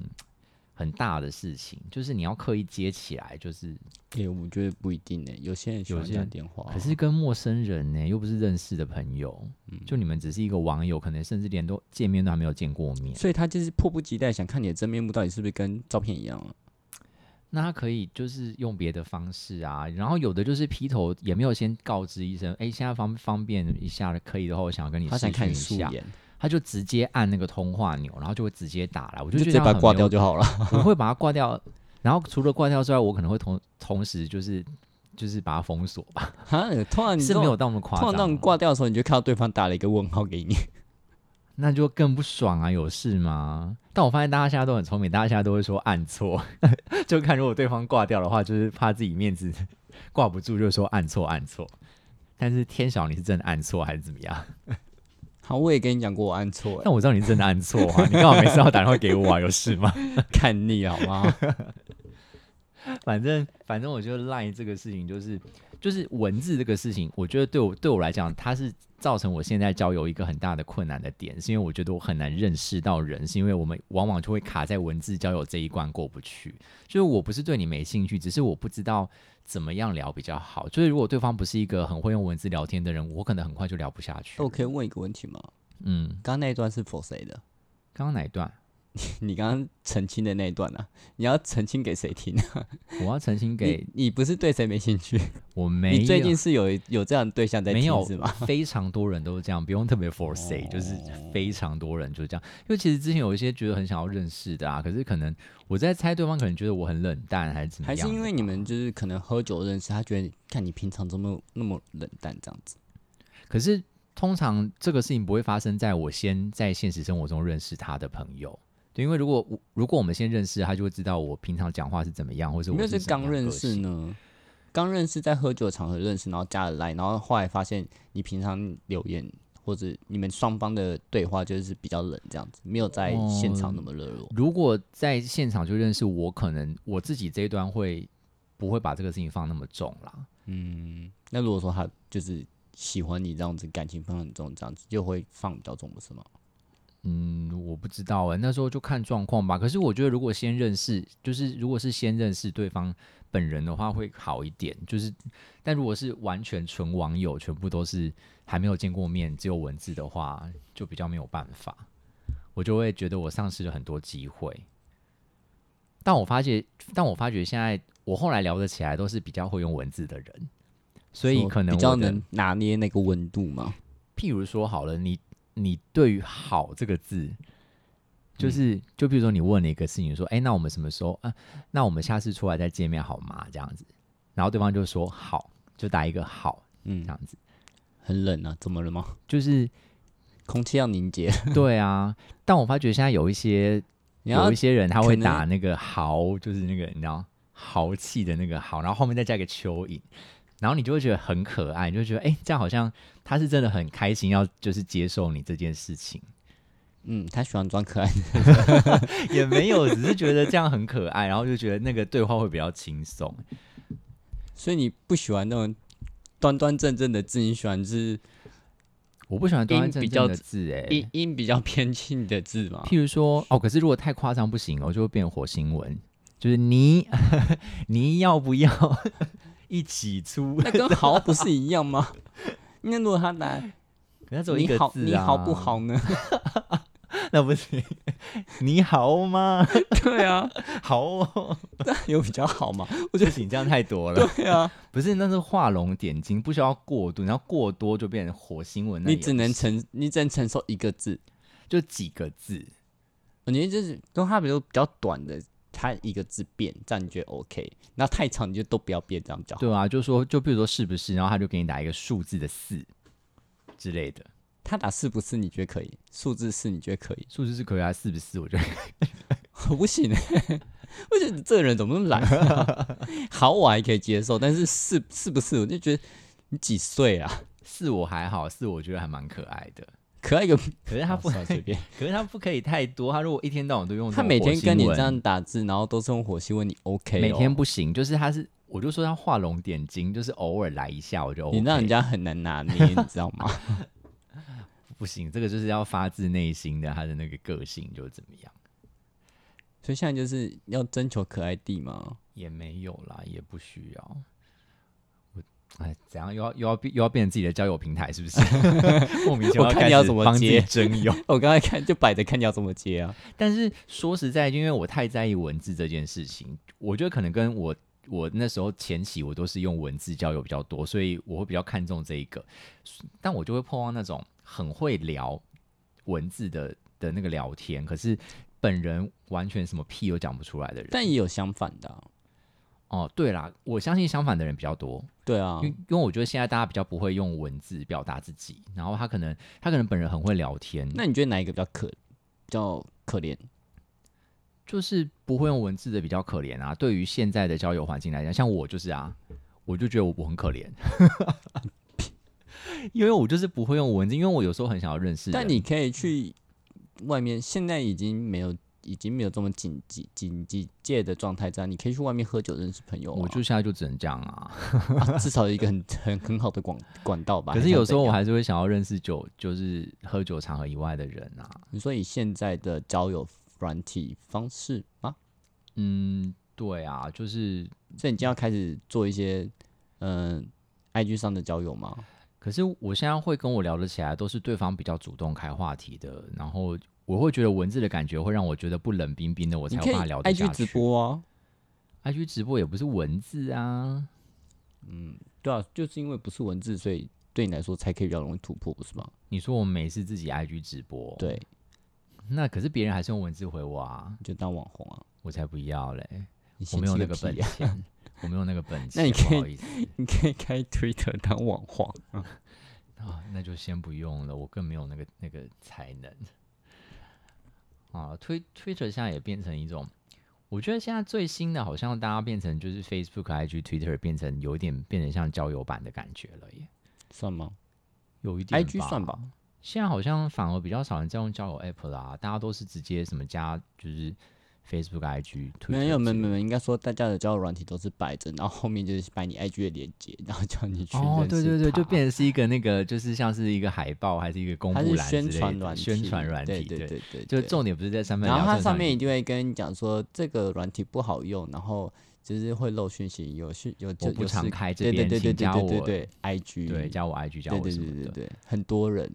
很大的事情，就是你要刻意接起来，就是
哎、我觉得不一定呢、欸有些人喜
有
欢
些
打
人
电话啊，
可是跟陌生人呢、又不是认识的朋友，
嗯
就你们只是一个网友，可能甚至连都见面都还没有见过面，
所以他就是迫不及待想看你的真面目到底是不是跟照片一样啊？
那他可以就是用别的方式啊，然后有的就是劈头也没有先告知医生，哎，现在方方便一下可以的话，我想要跟你
他想
视
看你
讯一
素
下，
颜，
他就直接按那个通话钮，然后就会直接打来，我
你
就
就直
觉得
接把
这样
它
很
挂
没
掉
有，
就好了。
我会把它挂掉，然后除了挂掉之外，我可能会同同时就是就是把它封锁吧，
哈，通啊常你
是
这
没有
种
到那么夸
通常
张
那种
啊，
挂掉的时候，你就看到对方打了一个问号给你。
那就更不爽啊，有事吗？但我发现大家现在都很聪明，大家现在都会说按错， 就看如果对方挂掉的话，就是怕自己面子 挂不住，就说按错按错。但是天晓你是真的按错还是怎么样？
好，我也跟你讲过我按错、欸，
但我知道你是真的按错啊，你干嘛每次要打电话给我啊？有事吗？
看腻了好 吗？
反正反正我觉得赖这个事情就是就是文字这个事情，我觉得对我对我来讲，它是造成我现在交友一个很大的困难的点，是因为我觉得我很难认识到人，是因为我们往往就会卡在文字交友这一关过不去。就是我不是对你没兴趣，只是我不知道怎么样聊比较好。就是如果对方不是一个很会用文字聊天的人，我可能很快就聊不下去
那。我可以问一个问题吗？
嗯，
刚刚那一段是否谁的？
刚刚哪一段？
你刚刚澄清的那一段呢、啊？你要澄清给谁听、啊？
我要澄清 给
你，你不是对谁没兴趣？
我没有
你最近是有有这样的对象在
没有
听是吗？ 哦
非常多人都是这样，不用特别 for say，、就是非常多人就这样。因为其实之前有一些觉得很想要认识的啊，可是可能我在猜对方可能觉得我很冷淡还是怎么
还
样
是
的吧，
因为你们就是可能喝酒认识，他觉得你看你平常怎么那么冷淡这样子？
可是通常这个事情不会发生在我先在现实生活中认识他的朋友。对，因为如果我如果我们先认识，他就会知道我平常讲话是怎么样，或者
有
我
没有是
什么
刚
样
认
个
识
性
呢？刚认识在喝酒的场合认识，然后加了 line，然后后来发现你平常留言或者你们双方的对话就是比较冷这样子，没有在现场那么热络。
如果在现场就认识我，可能我自己这一端会不会把这个事情放那么重啦？
嗯，那如果说他就是喜欢你这样子，感情放很重这样子，就会放比较重，不是吗？
嗯，我不知道哎、那时候就看状况吧。可是我觉得，如果先认识，就是如果是先认识对方本人的话，会好一点。就是，但如果是完全纯网友，全部都是还没有见过面，只有文字的话，就比较没有办法。我就会觉得我丧失了很多机会。但我发觉，但我发觉现在我后来聊得起来，都是比较会用文字的人，所以
说
可能
比较
我的
能拿捏那个温度嘛。
譬如说好了，你你对于“好”这个字，
嗯
就是、就比如说你问了一个事情，说：“哎、那我们什么时候啊？那我们下次出来再见面好吗？”这样子，然后对方就说“好”，就打一个“好”这
嗯，
样子，
很冷啊，怎么了吗？
就是
空气要凝结，
对啊。但我发觉现在有一些
你要
有一些人他
可
会
能
打那个“好”，就是那个你知道豪气的那个豪，然后后面再加一个蚯蚓，然后你就会觉得很可爱，你就会觉得哎、诶这样好像他是真的很开心，要就是接受你这件事情，
嗯，他喜欢装可爱 的，
也没有，只是觉得这样很可爱，然后就觉得那个对话会比较轻松。
所以你不喜欢那种端端正正的字，你喜欢就是
我不喜欢端端
音
正
比
正
较
的字、诶。
音音比较偏近的字 嘛？
譬如说，哦，可是如果太夸张不行哦，就会变火星文，就是你 你要不要一起出？
那跟豪不是一样吗？ 那如果他来，
可是只有一
你
个
好，
字
你
啊，
好不？好 呢？
那不行， 你好吗？
对啊，
好、 哦，
有比较好 吗？
我觉得你这样太多了。
对啊，
不是，那是画龙点睛，不需要过度，然后过多就变成火星文那
你
样，
只能承，你只能承受一个字。
就几个字。
我觉得就是跟他比如比较短的，他一个字变，这样你觉得 OK？那太长你就都不要变，这样比较好。
对啊，就说就比如说是不是，然后他就给你打一个数字的四之类的，
他打是不是你觉得可以？数字是你觉得可以？
数字是可以啊，是不是？我觉得。
我不行、欸， 我觉得你这个人怎么那么懒、啊？ 好，我还可以接受，但是是是不是？我就觉得你几岁啊？
四我还好，四我觉得还蛮可爱的。
可爱一个，
可是他不，
啊算了随便。
可是他不可以太多。他如果一天到晚都用这
他
种
每天跟你
火
这
星文，
样打字，然后都是用火星文，你 OK？、哦、
每天不行，就是他是，我就说他画龙点睛，就是偶尔来一下，我就 OK。
你让人家很难拿捏，你知道吗？
不行，这个就是要发自内心的，他的那个个性就怎么样，
所以现在就是要征求可爱弟嘛。
也没有啦，也不需要。我哎，怎样又要又要又要变成自己的交友平台是 不 是？莫名其妙
我看
开
你要
始
怎么
帮自己
接
征友。
我刚才看就摆着看你要怎么接啊。
但是说实在，因为我太在意文字这件事情，我觉得可能跟我我那时候前期我都是用文字交友比较多，所以我会比较看重这一个。但我就会碰到那种很会聊文字的的那个聊天，可是本人完全什么屁都讲不出来的人。
但也有相反的啊、
哦，对啦，我相信相反的人比较多，
对啊
因，为因为我觉得现在大家比较不会用文字表达自己，然后他可能他可能本人很会聊天，
那你觉得哪一个比较可比较可怜？
就是不会用文字的比较可怜啊。对于现在的交友环境来讲，像我就是啊，我就觉得我我很可怜， 因为我就是不会用文字，因为我有时候很想要认识人。
但你可以去外面，现在已经没有已经没有这么紧急紧急戒的状态在，你可以去外面喝酒认识朋友、啊。
我就现在就只能这样啊。
啊至少有一个很很 很好的管管道吧。
可是有时候我
还想怎样
还是会想要认识酒，就是喝酒场合以外的人啊。
你说以现在的交友软体方式吗？
嗯，对啊，就是。
所以你今天要开始做一些嗯、IG 上的交友吗？
可是我现在会跟我聊得起来，都是对方比较主动开话题的，然后我会觉得文字的感觉会让我觉得不冷冰冰的，我才
你
有
可以
办法聊得下
IG
去。
直播啊，
IG 直播也不是文字啊，
对啊，就是因为不是文字，所以对你来说才可以比较容易突破，不是吗？
你说我们每次自己 IG 直播，，
对，
那可是别人还是用文字回我啊，
你就当网红啊，
我才不要嘞，
你
我
嫌
没有
弃
那
个
个本
屁啊！
钱，我没有那个本 钱，
那你可以
不好意思
你可以开 Twitter 当网红，
啊，那就先不用了，我更没有那个那个才能啊。推 Twitter 现在也变成一种，我觉得现在最新的好像大家变成就是 Facebook、IG、Twitter 变成有一点变成像交友版的感觉了耶，
算吗
有一点
？IG 算吧，
现在好像反而比较少人在用交友 app 啦、大家都是直接什么加就是 Facebook、IG，
没有没有没
有。
有，应该说大家的交友软体都是摆着，然后后面就是摆你 IG 的链接，然后叫你去
哦，
认
对
识
对对，
他
就变成是一个那个，就是像是一个海报，还是一个公布
它是
栏之类
宣
的
传软体
宣传软体，
对对对对，对
就重点不是在上面聊
然
天
后
上，
它上面一定会跟你讲说这个软体不好用，然后就是会漏讯息，有讯有就
我不
有
常
时
开这
对对
边，
对对
请
对
加
对对
我，
对 IG
对加我 IG
嗯
加
对
我
对
什
对
么
对
的，
对，很多人，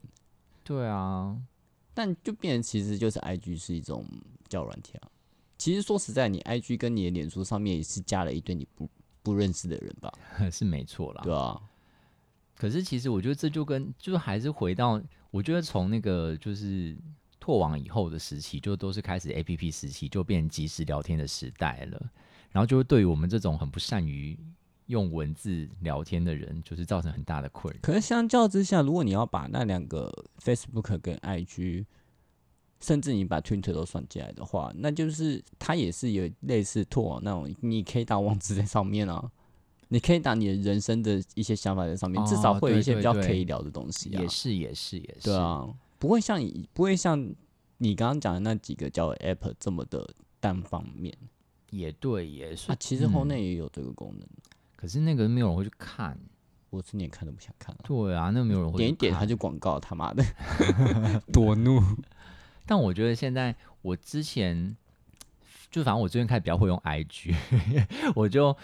对啊，
但就变成其实就是 IG 是一种叫软体啊。其实说实在，你 IG 跟你的脸书上面也是加了一堆你不不认识的人吧？
是没错啦
对。啊，
可是其实我觉得这就跟就还是回到，我觉得从那个就是拓网以后的时期，就都是开始 A P P 时期，就变成即时聊天的时代了。然后就会对于我们这种很不善于用文字聊天的人，就是造成很大的困扰。
可是相较之下，如果你要把那两个 Facebook 跟 IG 甚至你把 Twitter 都算进来的话，那就是它也是有类似拓网那种，你可以打网址在上面啊，你可以打你的人生的一些想法在上面，至少
哦
会有
对
一些
对
比较
对
可以聊的东西啊。
也是也是也是，
对啊，不会像以不会像你刚刚讲的那几个交友 App 这么的单方面
也对也是。嗯
啊。其实后内也有这个功能，
可是那个没有人会去看，
我是连看都不想看了、
对啊，那没有人会
点一
去
点它
看
就广告，他 妈的多怒。
但我觉得现在我之前就反正我最近开始比较会用 IG，我就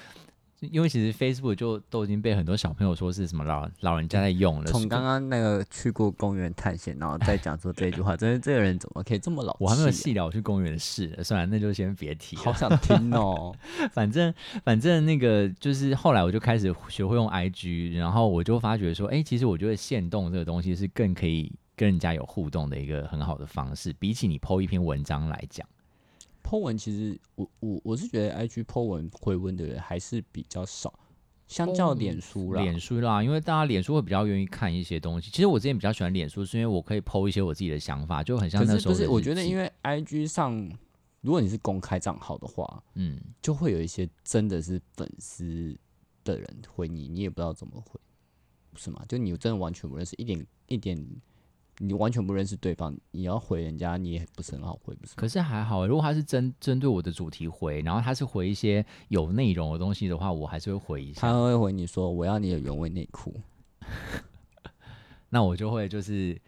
因为其实 Facebook 就都已经被很多小朋友说是什么老老人家在用了，
从刚刚那个去过公园探险，然后再讲出这句 话，真是这个人怎么可以这么老、啊
我还没有，细聊我去公园的事了，算了，那就先别提
好
了。
想听 哦。
反正反正那个就是后来我就开始学会用 IG，然后我就发觉说，哎、其实我觉得限动这个东西是更可以跟人家有互动的一个很好的方式，比起你 PO 一篇文章来讲，
Po 文其实我我我是觉得 IG Po 文回文的人还是比较少，相
哦
较脸书啦，
脸书啦，因为大家脸书会比较愿意看一些东西。其实我之前比较喜欢脸书，是因为我可以 PO 一些我自己的想法，就很像
可
那
是
时候
不
的
是？我觉得
日记
因为 IG 上，如果你是公开账号的话，
嗯，
就会有一些真的是粉丝的人回你，你也不知道怎么回，不是吗？就你真的完全不认识，一点一点，你完全不认识对方，你要回人家，你也不是很好回，不是吗？
可是还好，欸如果他是针针对我的主题回，然后他是回一些有内容的东西的话，我还是会回一
他
下。
会回你说我要你的原味内裤，
那我就会就是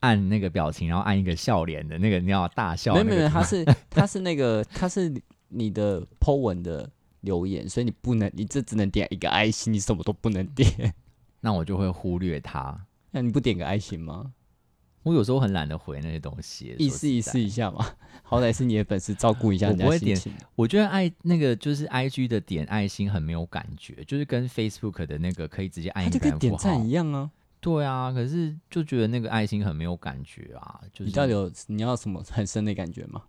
按那个表情，然后按一个笑脸的那个，你要大笑
没
那
有
个图。
没有，没有他 是他是那个他是你的 Po 文的留言，所以你不能，你这只能点一个爱心，你什么都不能点。
那我就会忽略他。
那你不点个爱心吗？
我有时候很懒得回那些东西，
意
说
思
实
意
在
思一下嘛，好歹是你的粉丝，照顾一下
我
人
不
家
会
心
点
情。
我觉得爱那个就是 I G 的点爱心很没有感觉，就是跟 Facebook 的那个可以直接按
他
一
就
个
跟
感
点
符
赞
号
一。样啊！
对啊，可是就觉得那个爱心很没有感觉啊，就
你到底
是
有你要什么很深的感觉吗？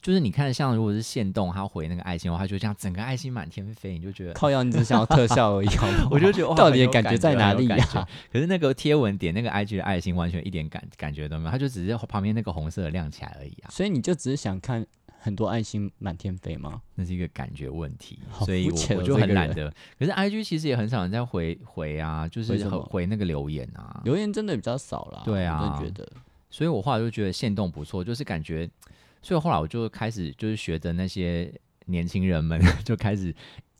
就是你看像如果是线动，他回那个爱心的话，他就这样整个爱心满天飞，你就觉 得。
靠腰，你只想要特效 而已好不好。
我就觉得哇
到底
很有
的感
感
觉在哪里呀、
呀？啊 可是那个贴文点那个 IG 的爱心完全一点感感觉都没有，它就只是旁边那个红色的亮起来而已 啊，
所以你就只是想看很多爱心满天飞吗？
那是一个感觉问题，
好
所以
肤浅
我
哦
我就
这
很
个
懒
人
得。可是 IG 其实也很少人在回回啊，就是
为什么
回那个留言啊，
留言真的比较少啦。
对啊
我真的觉得
所以我后来就觉得线动不错，就是感觉，所以后来我就开始就是学着那些年轻人们 就开始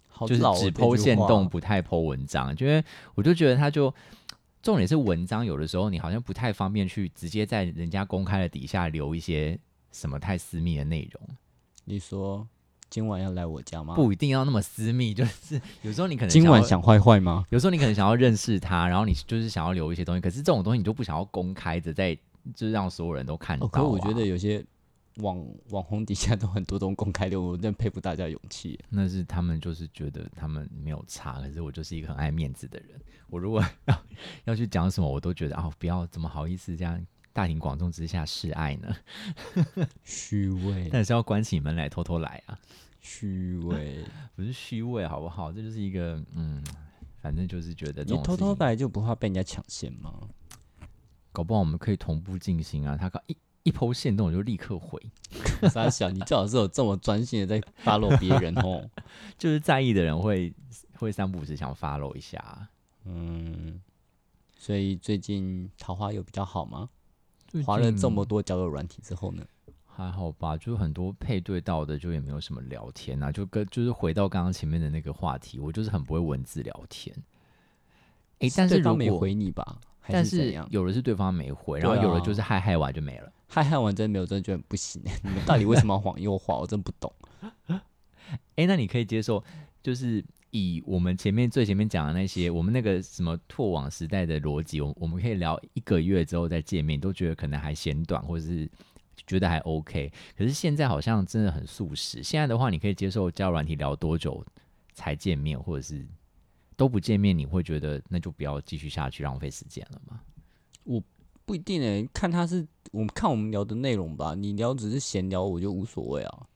好
就是
老、哦、
只
这句话
剖线动，不太剖文章，因为我就觉得他就重点是文章有的时候你好像不太方便去直接在人家公开的底下留一些什么太私密的内容，
你说今晚要来我家吗？，
不一定要那么私密， 就是有时候你可能
今晚
要
啊想坏坏吗？
有时候你可能想要认识他，然后你就是想要留一些东西，可是这种东西你就不想要公开的在，就是让所有人都看到、
哦，
啊。
可我觉得有些网网红底下都很多种公开留言，我真的佩服大家的勇气耶。
那是他们就是觉得他们没有差，可是我就是一个很爱面子的人。我如果要要去讲什么，我都觉得啊、不要怎么好意思这样大庭广众之下示 爱呢？
虚伪，
但是要关起门来偷偷来啊，
虚伪。
不是虚伪好不好？这就是一个嗯，反正就是觉得这
你
种
偷
事
偷
情，
来就不怕被人家抢先吗？
搞不好我们可以同步进行啊。他搞一一抛线动，我就立刻回，
傻小，你最好是有这么专心的在 follow 别人哦。
就是在意的人会会三不五时想 follow 一下啊。
嗯，所以最近桃花有比较好吗？
最
滑了这
近
么多交友软体之后呢？
还好吧，就是很多配对到的，就也没有什么聊天啊，就跟就是回到刚刚前面的那个话题，我就是很不会文字聊天。诶，但
对
是如
方没
果
回你吧？还
但
是怎
是
样？
有的是对方没回，然
对
后有
啊
的就是嗨嗨完就没了。
嗨嗨，完真的没有，真的觉得很不行。欸 你们到底为什么要往右滑？我真不懂。
诶，那你可以接受，就是以我们前面最前面讲的那些，我们那个什么拓网时代的逻辑，我我们可以聊一个月之后再见面，都觉得可能还嫌短，或者是。觉得还 OK，可是现在好像真的很速食。现在的话，你可以接受交友软体聊多久才见面，或者是都不见面，你会觉得那就不要继续下去，浪费时间了吗？
不一定诶、看他是我们看我们聊的内容吧。你聊只是闲聊，我就无所谓啊，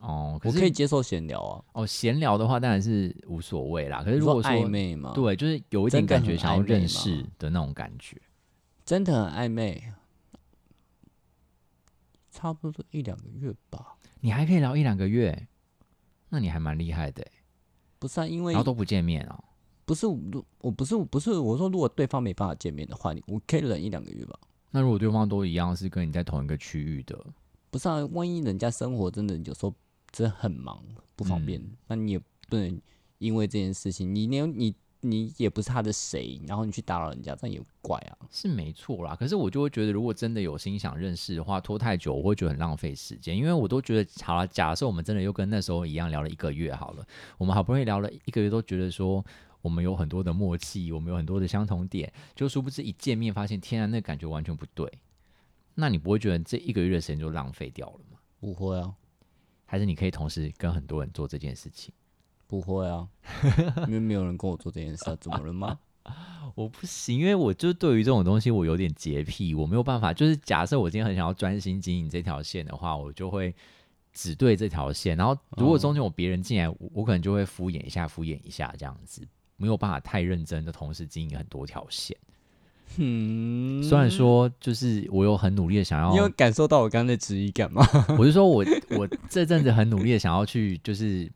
哦，可
我
是
可以接受闲聊啊。
哦，闲聊的话当然是无所谓啦。可是
你
如
说
果说
暧昧嘛，
对，就是有一
真
点
的
感觉
很
想
暧
要
昧
认
嘛
识的那种感觉。
真的很暧昧，差不多一两个月吧。
你还可以聊一两个月，那你还蛮厉害的欸，
不是啊，因为
然后都不见面哦。
不是我，我不是我不是我说，如果对方没办法见面的话，你我可以忍一两个月吧。
那如果对方都一样是跟你在同一个区域的，
不是啊，万一人家生活真的有时候真的很忙不方便，
嗯
那你也不能因为这件事情，你连你你也不是他的谁，然后你去打扰人家，这样也怪啊。
是没错啦，可是我就会觉得，如果真的有心想认识的话，拖太久我会觉得很浪费时间，因为我都觉得，好了，假设我们真的又跟那时候一样聊了一个月好了，我们好不容易聊了一个月，都觉得说我们有很多的默契，我们有很多的相同点，就殊不知一见面发现，天啊，那感觉完全不对，那你不会觉得这一个月的时间就浪费掉了吗？
不会啊，
还是你可以同时跟很多人做这件事情？
不会 啊，因为没有人跟我做这件事啊，怎么了吗？
我不行，因为我就对于这种东西我有点洁癖，我没有办法。就是假设我今天很想要专心经营这条线的话，我就会只对这条线。然后如
嗯
果中间有别人进来，我我可能就会敷衍一下，敷衍一下这样子，没有办法太认真的同时经营很多条线。
嗯，
虽然说就是我有很努力的想
你有
要，
感受到我刚才的质疑感吗？
我是说我我这阵子很努力的想要去，就是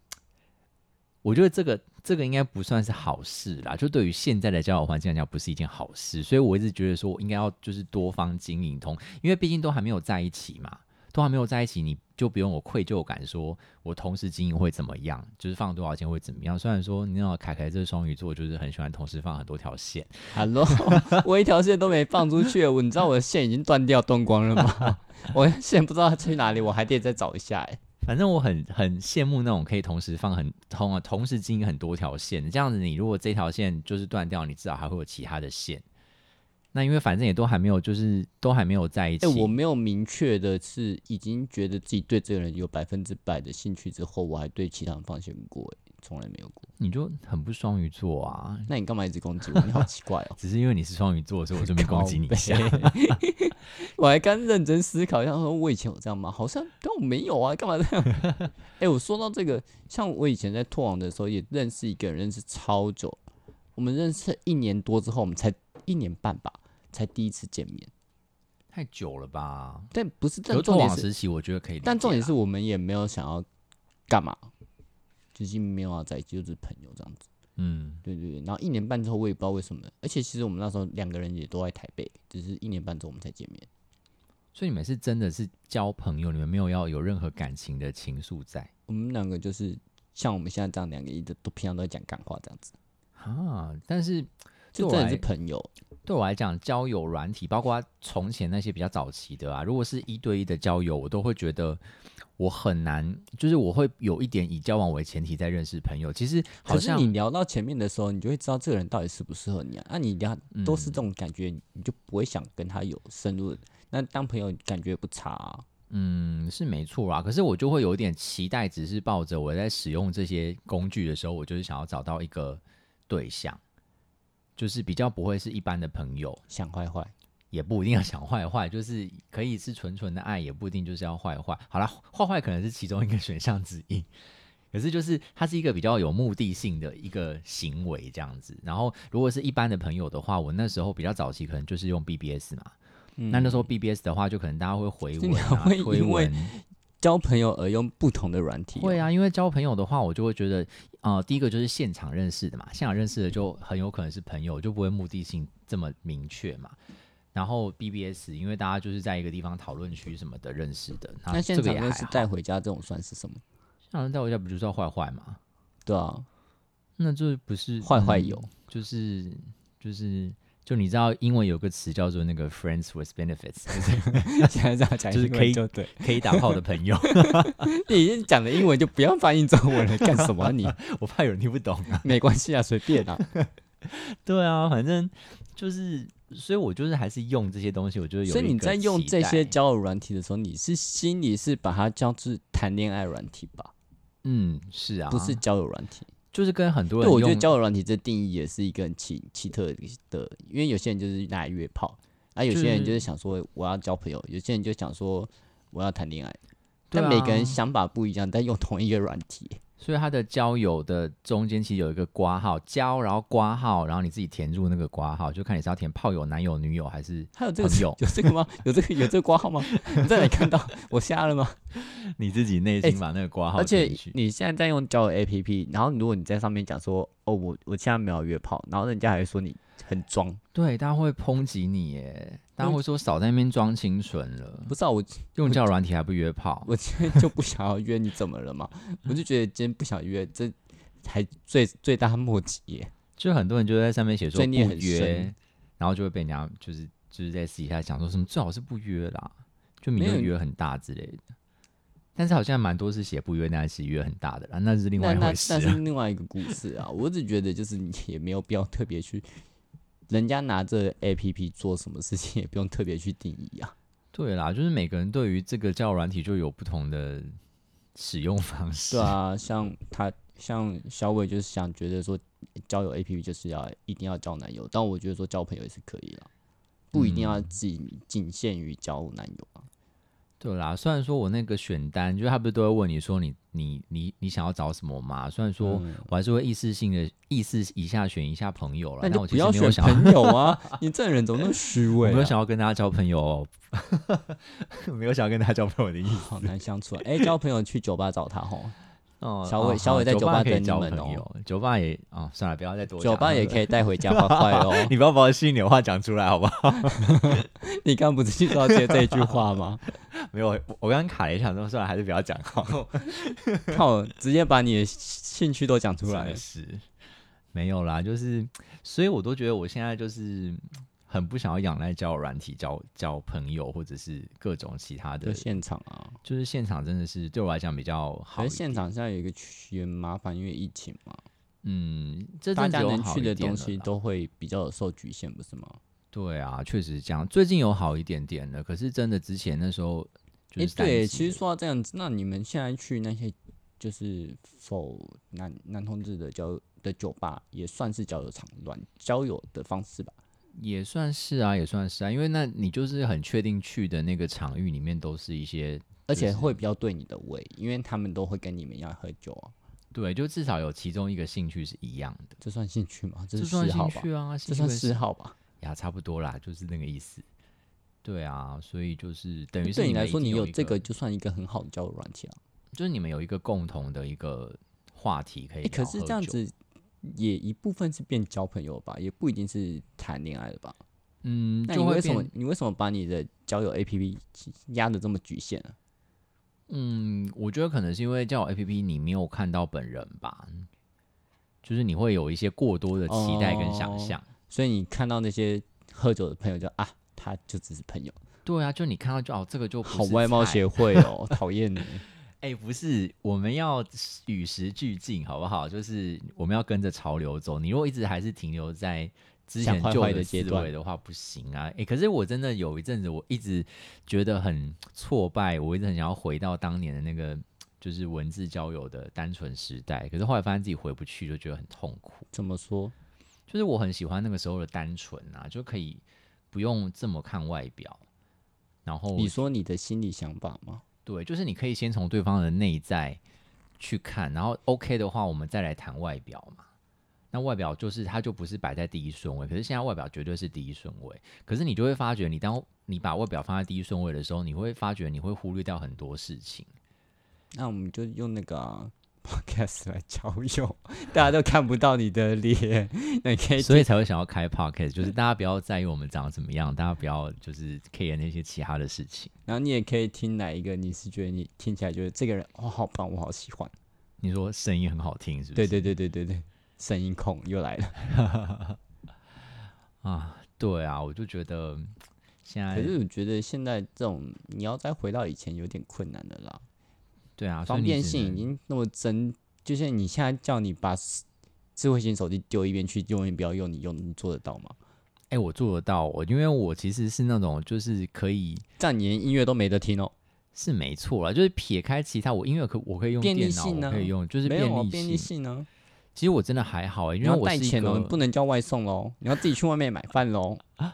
我觉得这个。这个应该不算是好事啦，就对于现在的交友环境来讲，不是一件好事。所以我一直觉得说，我应该要就是多方经营通，因为毕竟都还没有在一起嘛，都还没有在一起，你就不用有愧疚感，说我同时经营会怎么样，就是放多少钱会怎么样。虽然说你知道凯凯这是双鱼座，就是很喜欢同时放很多条线，
Hello，我一条线都没放出去，我你知道我的线已经断掉断光了吗？我的线不知道它去哪里，我还得再找一下哎、
反正我很很羡慕那种可以同时放很同同时经营很多条线的，这样子你如果这条线就是断掉，你至少还会有其他的线。那因为反正也都还没有，就是都还没有在一起。
哎、我没有明确的是已经觉得自己对这个人有百分之百的兴趣之后，我还对其他人放心过、欸，从来没有过。
你就很不双鱼座啊，
那你干嘛一直攻击我？你好奇怪哦、
只是因为你是双鱼座，所以我顺便攻击你 一下。
我还刚认真思考一下，说我以前有这样吗？好像但我没有啊，干嘛这样？ 哎、我说到这个，像我以前在拓网的时候，也认识一个人，认识超久，我们认识一年多之后，我们才一年半吧，才第一次见面。
太久了吧？
但不是，但
有
重
过
点
往
是，啊
时期，我觉得可以理解啦。啊
但重点是我们也没有想要干嘛，就是没有要在一起，就是朋友这样子。
嗯，
对对对，然后一年半之后，我也不知道为什么，而且其实我们那时候两个人也都在台北，只是一年半之后我们才见面。
所以你们是真的是交朋友，你们没有要有任何感情的情愫在
我们两个就是像我们现在这样，两个一直都平常都在讲干话这样子，
啊。但是对
就
我
真的是
来
朋友。
对我来讲，交友软体，包括从前那些比较早期的啊，如果是一对一的交友，我都会觉得我很难，就是我会有一点以交往为前提在认识朋友。其实好
可是
像
你聊到前面的时候，你就会知道这个人到底适不适合你啊。那、你聊都是这种感觉，你就不会想跟他有深入的。那当朋友感觉不差、啊，
嗯，是没错啦。可是我就会有一点期待，只是抱着我在使用这些工具的时候，我就是想要找到一个对象，就是比较不会是一般的朋友，
想坏坏。
也不一定要想坏坏，就是可以是纯纯的爱，也不一定就是要坏坏。好啦，坏坏可能是其中一个选项之一。可是就是它是一个比较有目的性的一个行为这样子。然后如果是一般的朋友的话，我那时候比较早期可能就是用 BBS 嘛。那那时候 BBS 的话，就可能大家会回
所以嗯
文
你
啊
还会，
推
因为
文。
交朋友而用不同的软体、
会
啊，
啊，因为交朋友的话，我就会觉得，呃，第一个就是现场认识的嘛，现场认识的就很有可能是朋友，就不会目的性这么明确嘛。然后 BBS，因为大家就是在一个地方讨论区什么的认识的，
那
啊这
现
个
场
也还
认识
好。
带回家这种算是什么？
现场带回家不就是要坏坏嘛？
对啊，
那就不是
坏坏
嗯
有
就是就是就你知道英文有个词叫做那个 friends with benefits，就是
现在这样讲
就是
英文
可以
就对。
可以打炮的朋友，
你已经讲了英文，就不要翻译中文了，干什么啊、你
我怕有人听不懂。
没关系啊，随便啊。
对啊，反正就是，所以我就是还是用这些东西，我就是有一个
所
期待。
以你在用这些交友软体的时候，你是心里是把它叫做谈恋爱软体吧，
嗯，是啊，
不是交友软体。
就是跟很多
对，
人
我觉得
用
交友软体这定义也是一个很奇奇特的，因为有些人就是拿来约炮，啊，有些人
就
就是是想说我要交朋友，有些人就想说我要谈恋爱。
对
但每个人
啊
想法不一样，但用同一个软体，
所以它的交友的中间其实有一个挂号交，然后挂号，然后你自己填入那个挂号，就看你是要填炮友、男友、女友还是
还有这个
朋友，
有这个吗？有这个有这个挂号吗？ 你在哪里看到？ 我瞎了吗？
你自己内心把那个挂
嗯
号
哎而且
填进去。
你现在在用交友 APP，然后如果你在上面讲说哦，我我现在没有约炮，然后人家还会说你很装，
对，大家会抨击你耶，大家
嗯
会说少在那边装清纯了，
不是啊，我
用交友软体还不约炮。
我今天就不想要约，你怎么了嘛？我就觉得今天不想约，这才最最大末级耶。
就很多人就在上面写说
罪
不
孽很
约
深，
然后就会被人家就是就是在私底下讲说什么最好是不约啦，就明
没有
明约很大之类的。但是好像蛮多是写不约，但是约很大的啦，那是另
那
外一
那
回
那
事、
是
啊。
另外一个故事啊。我只觉得就是你也没有必要特别去，人家拿着 APP 做什么事情也不用特别去定义啊。
对啦，就是每个人对于这个交友软体就有不同的使用方式。
对啊，像他像小伟就是想觉得说交友 APP 就是要一定要交男友，但我觉得说交朋友也是可以啦，不一定
嗯
要仅仅限于交男友啊。
对啦，虽然说我那个选单，就是他不是都会问你说你你你你想要找什么嘛？虽然说
嗯
我还是会意识性的意识一下选一下朋友啦，
那
但
就
我
不
其实
要
没有
选
想要
朋友啊！你这人怎么那么虚
我
伪、
没有
啊？
想要跟大家交朋友、 哦，没有想要跟大家交朋友的意思。
好难相处啊！哎、交朋友去酒吧找他吼，
哦
小伟
哦
小伟
好
在酒吧
可以
等你
交
们
朋
哦
友酒吧也哦，算了，不要再多。
酒吧也可
以，。
以带回家，坏坏哦
你不要把我心里的话讲出来，好不 好？
你刚不是就是要接这一句话吗？
没有，我我刚刚卡了一下，说算了，还是不要讲 好了。
靠，直接把你的兴趣都讲出来
真
了
的。是没有啦，就是，所以我都觉得我现在就是很不想要仰赖交友软体交交朋友，或者是各种其他
就
的，
现场啊，
就是现场真的是对我来讲比较好
可
一
是
点。
现场现在有一个区也麻烦，因为疫情嘛，
嗯，这
大
阵
家
子有
能
好
去
一
的
点
东
了
西
啦
都会比较有受局限，不是吗？
对啊，确实是这样。最近有好一点点了，可是真的之前那时候就
哎、
是淡季了、
对，其实说到这样子，那你们现在去那些就是否男男同志的交的酒吧，也算是交友场乱交友的方式吧？
也算是啊，也算是啊，因为那你就是很确定去的那个场域里面都是一些，
而
就
且
是
会比较对你的胃，因为他们都会跟你们一样喝酒啊，
对，就至少有其中一个兴趣是一样的，
这算兴趣吗？这
这
是
算
嗜好
兴
吧？
趣啊，
这
兴趣
算
会
嗜好吧？
呀，差不多啦，就是那个意思。对啊，所以就是等于是
对你
们
来
一
说，
定
你
有
有
一
这个，就算一个很好的交友软件啊。
就是你们有一个共同的一个话题可以
哎、可
聊
是
喝
这样
酒
子也一部分是变交朋友吧，也不一定是谈恋爱了吧？
嗯，
那你
就会
为什
变
么你为什么把你的交友 APP 压的这么局限啊？
嗯，我觉得可能是因为交友 A P P 你没有看到本人吧，就是你会有一些过多的期待跟想
哦
象。
所以你看到那些喝酒的朋友就啊，他就只是朋友，
对啊，就你看到就哦，这个就不
好
是
外貌
菜
协会哦， 讨厌你。
哎、不是，我们要与时俱进，好不好？就是我们要跟着潮流走。你如果一直还是停留在之
想
前
坏
旧
坏
的
的阶
思
段
维的话，不行啊。哎、可是我真的有一阵子，我一直觉得很挫败，我一直很想要回到当年的那个就是文字交友的单纯时代。可是后来发现自己回不去，就觉得很痛苦。
怎么说？
就是我很喜欢那个时候的单纯啊，就可以不用这么看外表。然后
你说你的心里想法吗？
对，就是你可以先从对方的内在去看，然后 OK 的话，我们再来谈外表嘛。那外表就是它就不是摆在第一顺位，可是现在外表绝对是第一顺位。可是你就会发觉，你当你把外表放在第一顺位的时候，你会发觉你会忽略掉很多事情。
那我们就用那个、啊、podcast 来交友， 大家都看不到你的脸， 那你可以
所以才会想要开 podcast，就是大家不要在意我们长得怎么样，大家不要就是 care 那些其他的事情。
然后你也可以听哪一个，你是觉得你听起来觉得这个人哦好棒，我好喜欢。
你说声音很好听，是不
对
是？
对对对对对，声音控又来了。
啊，对啊，我就觉得嗯现在
可是我觉得现在这种你要再回到以前有点困难的啦，
对啊，所以
方
你
便
只
性
能
已经那么真，就是你现在叫你把 s- 智慧型手机丢一边去，永远不要用，你用你做得到吗？
哎、我做得到，我因为我其实是那种就是可以
这样你连音乐都没得听哦。
是没错啦，就是撇开其他，我音乐可我可以用
便利
电脑，
性
我
啊
可以用就是
没
便
有啊
利
便利性呢、
其实我真的还好哎、
你
因为
要
我
带
是一
钱哦，
个
你不能叫外送喽，你要自己去外面买饭哦喽。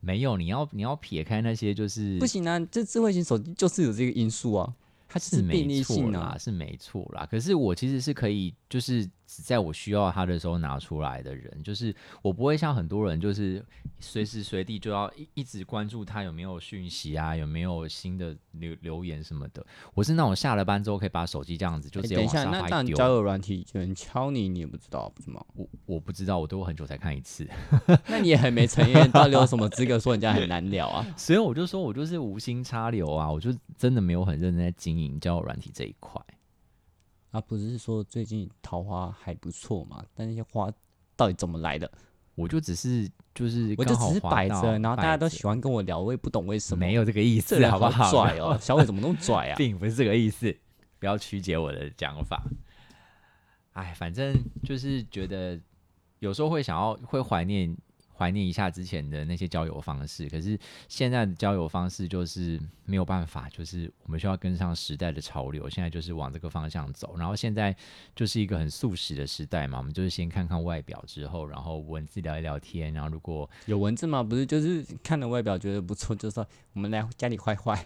没有你要你要撇开那些就是
不行啊，这智慧型手机就是有这个因素啊。它就是是便
没
利
错
性
啦
啊，，
是没错啦。可是我其实是可以，就是只在我需要它的时候拿出来的人，就是我不会像很多人，就是随时随地就要一一直关注它有没有讯息啊，有没有新的留留言什么的。我是那种下了班之后可以把手机这样子就
哎
直接
等
往
一下，
沙
那
发
那
一
你
丢。
交友软体有人敲你，你也不知道，不是吗？
我我不知道，我都很久才看一次，
那你也很没诚意，你到底有什么资格说人家很难聊啊？
所以我就说我就是无心插柳啊，我就真的没有很认真在经营交友软体这一块。
啊，不是说最近桃花还不错嘛？但那些花到底怎么来的？
我就只是就是
我就
刚好
只是
滑
摆
到
着，然后大家都
摆着
喜欢跟我聊，我也不懂为什么。
没有这个意
这
思，
人
好不好？
拽 哦，小伟怎么那么拽啊？
并不是这个意思，不要曲解我的讲法。哎，反正就是觉得有时候会想要会怀念怀念一下之前的那些交友方式，可是现在的交友方式就是没有办法，就是我们需要跟上时代的潮流，现在就是往这个方向走。然后现在就是一个很素食的时代嘛，我们就是先看看外表之后，然后文字聊一聊天，然后如果
有文字吗？不是，就是看了外表觉得不错，就说我们来家里坏 坏。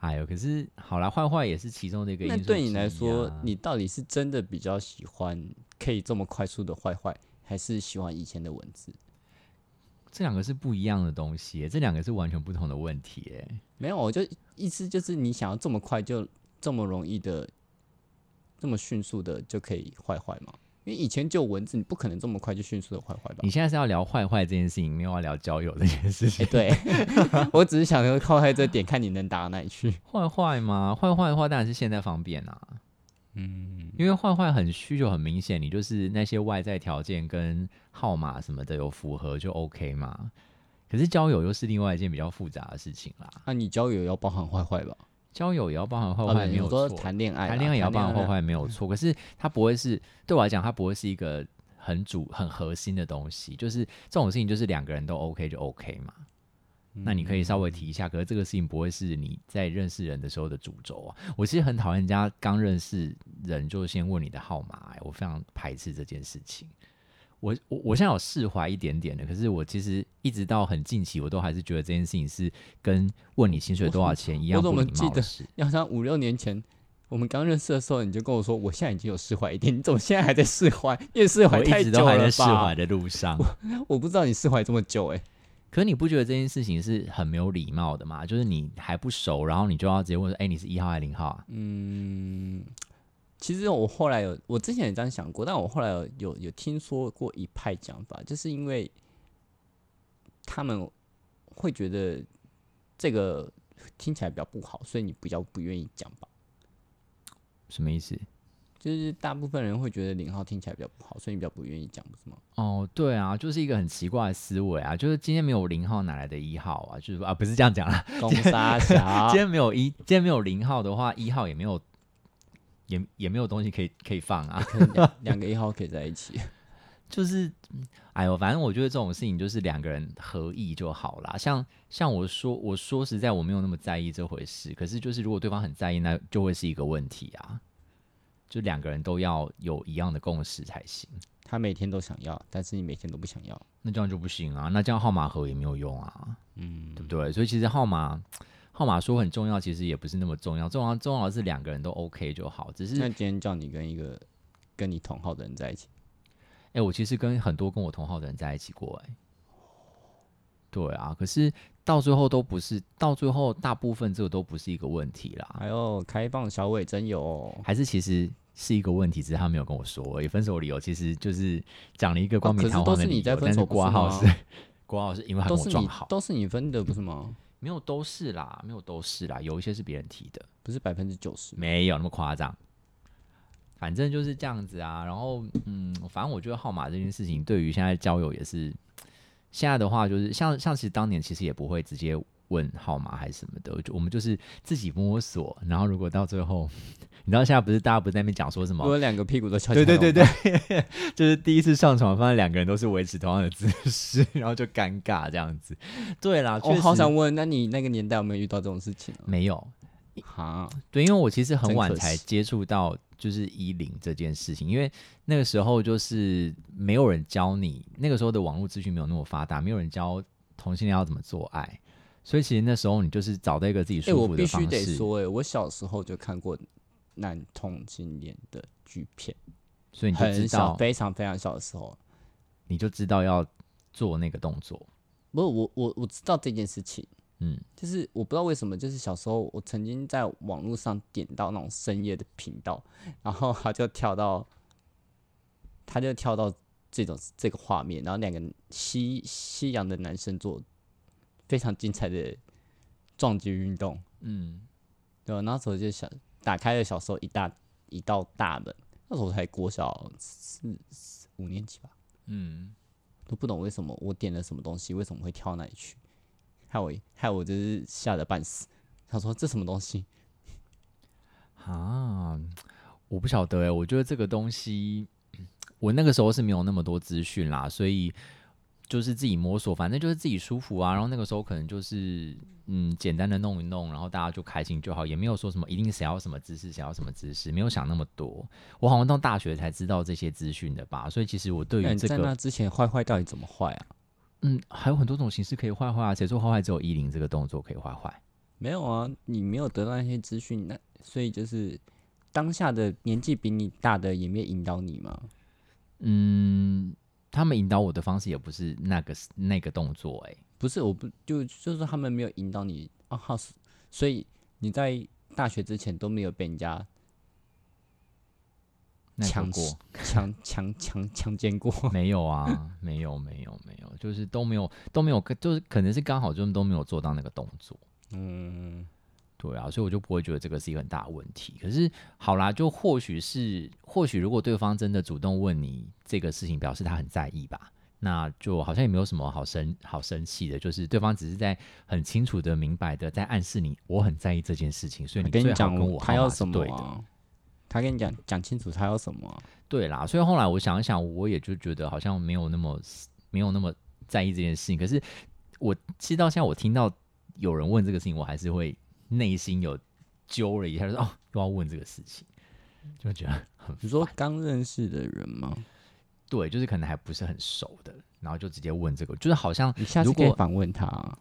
哎呦，可是好啦，坏坏也是其中的一啊个因
那
素、
对你来说，你到底是真的比较喜欢可以这么快速的坏坏，还是喜欢以前的文字？
这两个是不一样的东西耶，这两个是完全不同的问题耶。
没有，我就意思就是你想要这么快就这么容易的，这么迅速的就可以坏坏吗？因为以前就有文字，你不可能这么快就迅速的坏坏吧
你？现在是要聊坏坏这件事情，没有要聊交友这件事
哎、
情。
对，我只是想要靠在这点看你能打到哪里去。
坏坏吗？坏坏的话当然是现在方便啊。嗯，因为坏坏很虚就很明显，你就是那些外在条件跟号码什么的有符合就 OK 嘛。可是交友又是另外一件比较复杂的事情啦，
那、你交友要包含坏坏吧？
交友也要包含坏
啊不
坏，
是
没有
你说
错。
谈恋爱啦，啊嗯
谈恋爱也要包含
谈
坏
恋爱
坏没有错，可是它不会是对我来讲，它不会是一个很主很核心的东西。就是这种事情，就是两个人都 OK 就 OK 嘛。
嗯
那你可以稍微提一下，可是这个事情不会是你在认识人的时候的主轴啊。我其实很讨厌人家刚认识人就先问你的号码、哎我非常排斥这件事情。我我我现在有释怀一点点的，可是我其实一直到很近期，我都还是觉得这件事情是跟问你薪水多少钱一样
我怎
不
么
礼
记
貌的
得
事。
要像五六年前我们刚认识的时候，你就跟我说，我现在已经有释怀一点，你怎么现在还在释怀？你也释
我
怀
一
太
直
久
都还在
了
释怀
吧？
的路上。
我不知道你释怀这么久、欸，哎，
可你不觉得这件事情是很没有礼貌的吗？就是你还不熟，然后你就要直接问说：“哎、你是一号还是零号啊？”
嗯其实我后来有，我之前也这样想过，但我后来有有有听说过一派讲法，就是因为他们会觉得这个听起来比较不好，所以你比较不愿意讲吧。
什么意思？
就是大部分人会觉得零号听起来比较不好，所以你比较不愿意讲，不是吗？
哦，对啊，就是一个很奇怪的思维啊，就是今天没有零号，哪来的一号啊？就是说啊，不是这样讲啦，
公杀小
今，天没有一，今天没有零号的话，一号也没有，也也没有东西可以可以放啊。
可能两两个一号可以在一起。
就是，嗯哎呦，反正我觉得这种事情就是两个人合意就好啦。像像我说，我说实在我没有那么在意这回事，可是就是如果对方很在意，那就会是一个问题啊。就两个人都要有一样的共识才行，
他每天都想要，但是你每天都不想要。
那这样就不行啊。那这样号码盒也没有用啊，嗯，对不对？所以其实号码号码说很重要，其实也不是那么重要，重要重要的是两个人都 OK 就好。只是
那今天叫你跟一个跟你同号的人在一起，
哎、我其实跟很多跟我同号的人在一起过、哎，对啊，可是到最后都不是，到最后大部分这个都不是一个问题啦，
哎呦，开放小伟真有、哦。
还是其实是一个问题，只是他没有跟我说而已。分手理由其实就是讲了一个
啊
光明
可是
堂
都
皇的
是
理
你
由，
在分
但是
手不
挂
是
号
吗
是 挂号是因为他
都
跟我
是
撞
你
好，
都是你分的不是吗？
没有都是啦，没有都是啦，有一些是别人提的，
不是百分之九十吗？
没有那么夸张。反正就是这样子啊，然后嗯，反正我觉得号码这件事情对于现在交友也是，现在的话就是像像其实当年其实也不会直接问号码还是什么的，就我们就是自己摸索，然后如果到最后， 你知道现在不是大家不是在那边讲说什
如
么？
果两个屁股都翘起
对
来，
对对对，就是第一次上床发现两个人都是维持同样的姿势，然后就尴尬这样子。对啦，
我、
确
哦、好
实
想问，那你那个年代有没有遇到这种事情啊？
没有，
哈，
对，因为我其实很
真
晚
可
才
惜
接触到就是衣领这件事情，因为那个时候就是没有人教你，那个时候的网络资讯没有那么发达，没有人教同性恋要怎么做爱，所以其实那时候你就是找到一个自己
哎、
舒
我
服
必
的
须
方
得
式，
说、哎，我小时候就看过男同性恋的剧片，
所以你就
很
知
小，
道
非常非常小的时候。
你就知道要做那个动作。
不是我，我我知道这件事情，
嗯，
就是我不知道为什么，就是小时候我曾经在网络上点到那种深夜的频道，然后他就跳到，他就跳到这种这个画面，然后两个西西洋的男生做非常精彩的撞击运动，
嗯，
对吧？那时候就想打开了小时候一大一道大门，那时候才国小四四五年级吧，
嗯，
都不懂为什么我点了什么东西，为什么会跳到那里去，害我害我就是吓得半死，想说这什么东西，
啊，我不晓得哎、我觉得这个东西，我那个时候是没有那么多资讯啦，所以就是自己摸索，反正就是自己舒服啊。然后那个时候可能就是嗯，简单的弄一弄，然后大家就开心就好，也没有说什么一定谁要什么姿势，谁要什么姿势，没有想那么多。我好像到大学才知道这些资讯的吧，所以其实我对
那
于
你
这
嗯在
个
那之前坏坏到底怎么坏啊？
嗯，还有很多种形式可以坏坏啊。谁说坏坏只有衣领这个动作可以坏坏？
没有啊，你没有得到那些资讯，那所以就是当下的年纪比你大的也没有引导你嘛。
嗯，他们引导我的方式也不是那个那个动作哎、
不是，我不就就是说他们没有引导你啊，好所以你在大学之前都没有被人家
那
强
过
势强 强强强奸过。
没有啊，没有没有没有，就是都没有都没有，就是可能是刚好就是都没有做到那个动作。
嗯，
对啊，所以我就不会觉得这个是一个很大的问题。可是好啦，就或许是或许如果对方真的主动问你这个事情，表示他很在意吧。那就好像也没有什么好生好生气的，就是对方只是在很清楚的、明白的在暗示你，我很在意这件事情，所以你
跟
最
你
好
讲
跟我
他
好
要
嘛是
什么、
对的。
啊，他跟你讲讲清楚他要什么啊、
对啦，所以后来我想一想，我也就觉得好像没有那么没有那么在意这件事情。可是我其实到现在，我听到有人问这个事情，我还是会内心有揪了一下，就说哦，又要问这个事情，就觉得很
你说刚认识的人吗？
对，就是可能还不是很熟的，然后就直接问这个，就是好像
你下次
如
可以
果
反问他啊、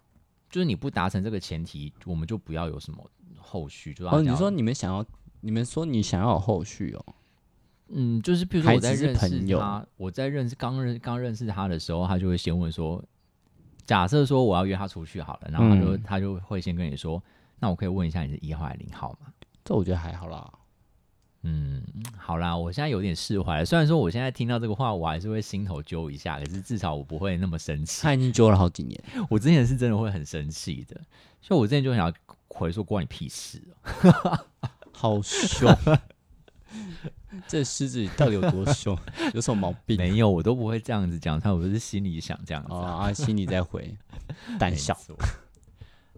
就是你不达成这个前提，我们就不要有什么后续，就要
哦，你说你们想要，你们说你想要有后续哦，
嗯，就是比如说
还
我在
只是
认识
朋友
他，我在认识刚认刚认识他的时候，他就会先问说，假设说我要约他出去好了，然后他就、
嗯
他就会先跟你说，那我可以问一下你是一号还是零号吗？
这我觉得还好啦。
嗯，好啦，我现在有点释怀了。虽然说我现在听到这个话，我还是会心头揪一下，可是至少我不会那么生气。
他已经揪了好几年，
我之前是真的会很生气的，所以我之前就想要回说关你屁事哦、
好凶！ 这狮子到底有多凶？有什么毛病？
没有，我都不会这样子讲，他我都是心里想这样子、
哦啊，心里在回，胆小。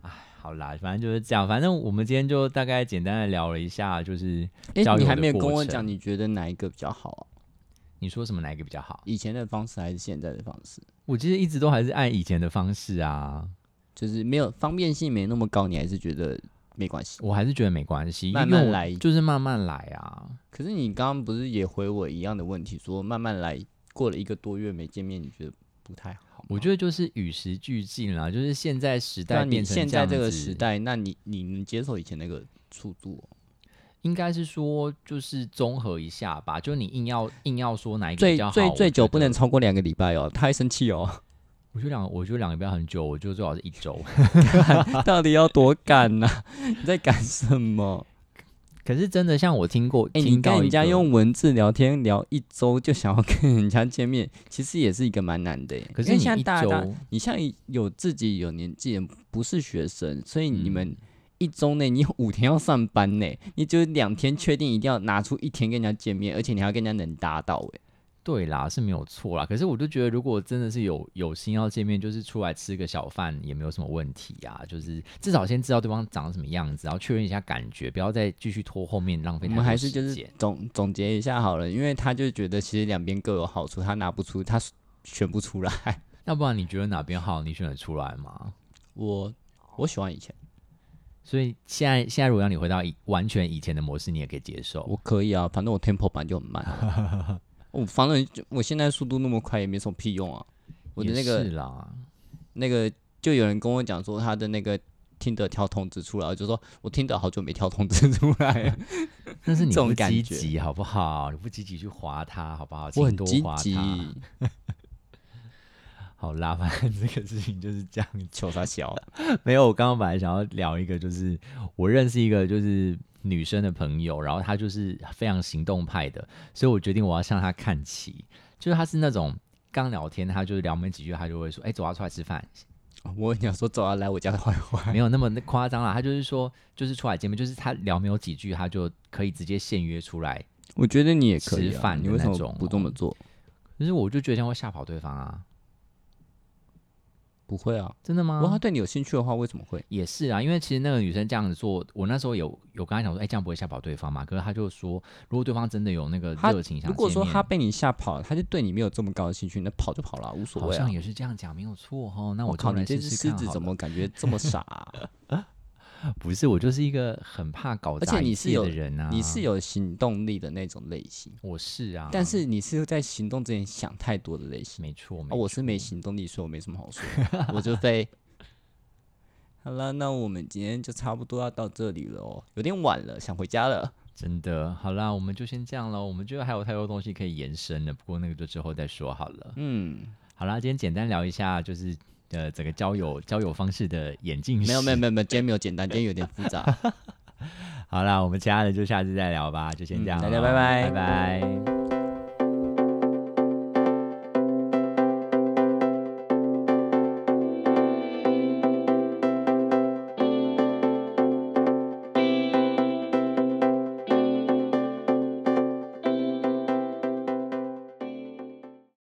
哎，好啦，反正就是这样。反正我们今天就大概简单的聊了一下，就是
哎、
交友
你还
的
没有
过
跟我
程
讲，你觉得哪一个比较好啊？
你说什么哪一个比较好？
以前的方式还是现在的方式？
我其实一直都还是按以前的方式啊，
就是没有方便性没那么高，你还是觉得没关系。
我还是觉得没关系，
慢
因为
慢
我
来
就是慢慢来啊。
可是你刚刚不是也回我一样的问题，说慢慢来，过了一个多月没见面，你觉得不太好吗？
我觉得就是与时俱进啦，就是现在时
那
代
啊你
变成
现在
样
这个
子
时，代，那你你能接受以前那个速度哦、
应该是说就是综合一下吧。就你硬要硬要说哪一个比
最
较好，
最
我
最
觉
久不
得
能超过两个礼拜哦，他会生气哦。
我觉得两个，我觉得两个不要很久，我觉得最好是一周。
到底要多赶呐、 你在赶什么？
可是真的像我听过，
哎、你
听
跟
到
人
一
家
个
用文字聊天聊一周，就想要 跟人家见面，其实也是一个蛮难的耶。
可
因
是
为
你
现在
一
大家
周，
你像有自己有年纪，不是学生，所以你们
嗯
一周内你有五天要上班呢，你只有两天确定一定要拿出一天跟人家见面，而且你还要跟人家能搭到哎。
对啦，是没有错啦。可是我就觉得，如果真的是有有心要见面，就是出来吃个小饭也没有什么问题啊。就是至少先知道对方长什么样子，然后确认一下感觉，不要再继续拖后面浪
我
费太
们
多
还是就
时
是
间。
总总结一下好了，因为他就觉得其实两边各有好处，他拿不出，他选不出来。
那不然你觉得哪边好，你选得出来吗？
我我喜欢以前，
所以现在现在如果让你回到以完全以前的模式，你也可以接受。
我可以啊，反正我 tempo 版就很慢啊。我反正就我现在速度那么快也没什么屁用啊，我的
也
那个
是啦，
那个就有人跟我讲说他的那个。听的跳通知出来，我就说我听的好久没跳通知出来 了，
但 是你
这
不
种感
积
觉
极好不好？你不积极去划它好不好？
我
请
很
多
积
划
极，
它。好啦， 反正这个事情就是这样子。
求他 笑。
没有，我刚刚本来想要聊一个，就是我认识一个就是女生的朋友，然后她就是非常行动派的，所以我决定我要向她看齐。就是她是那种刚聊天，她就是聊没几句，她就会说：“哎、走啊，出来吃饭。
我跟你讲说，走啊，来我家坏坏。
没有那么夸张啦，她就是说，就是出来见面，就是她聊没有几句，她就可以直接现约出来。
我觉得你也可以、
吃
啊，
饭的
你为什
那
么
种哦
不这么做？
可是我就觉得这样会吓跑对方啊，
不会啊，
真的吗？
如果他对你有兴趣的话，为什么会？
也是啊，因为其实那个女生这样子做，我那时候有有跟她讲说，哎、这样不会吓跑对方嘛？可是她就说，如果对方真的有那个
她
热情想
如果
见
说
面
他被你吓跑了，他就对你没有这么高的兴趣，那跑就跑了啊、无所
好
谓
像
啊。
也是这样讲，没有错哦。那
我
就
靠，
来
你这
试
只
试
狮
看
子
好
怎
了
么感觉这么傻啊、
不是？我就是一个很怕搞
而
砸
且你
一
是
切的
有
人 啊，
你是有行动力的那种类型，
我是啊，
但是你是在行动之前想太多的类型。
没错，
啊，我是没行动力，所以我没什么好说的， 我就被。好了，那我们今天就差不多要到这里了哦，有点晚了，想回家了。
真的。好啦，我们就先这样喽。我们觉得还有太多东西可以延伸的，不过那个就之后再说好了。
嗯，
好啦，今天简单聊一下，就是呃整个交友交友方式的演进史。
没有没有没有没有，今天没有简单，今天有点复 杂。
好啦，我们其他的就下次再聊吧，就先这
嗯
样
大
咯、
家拜拜
拜拜。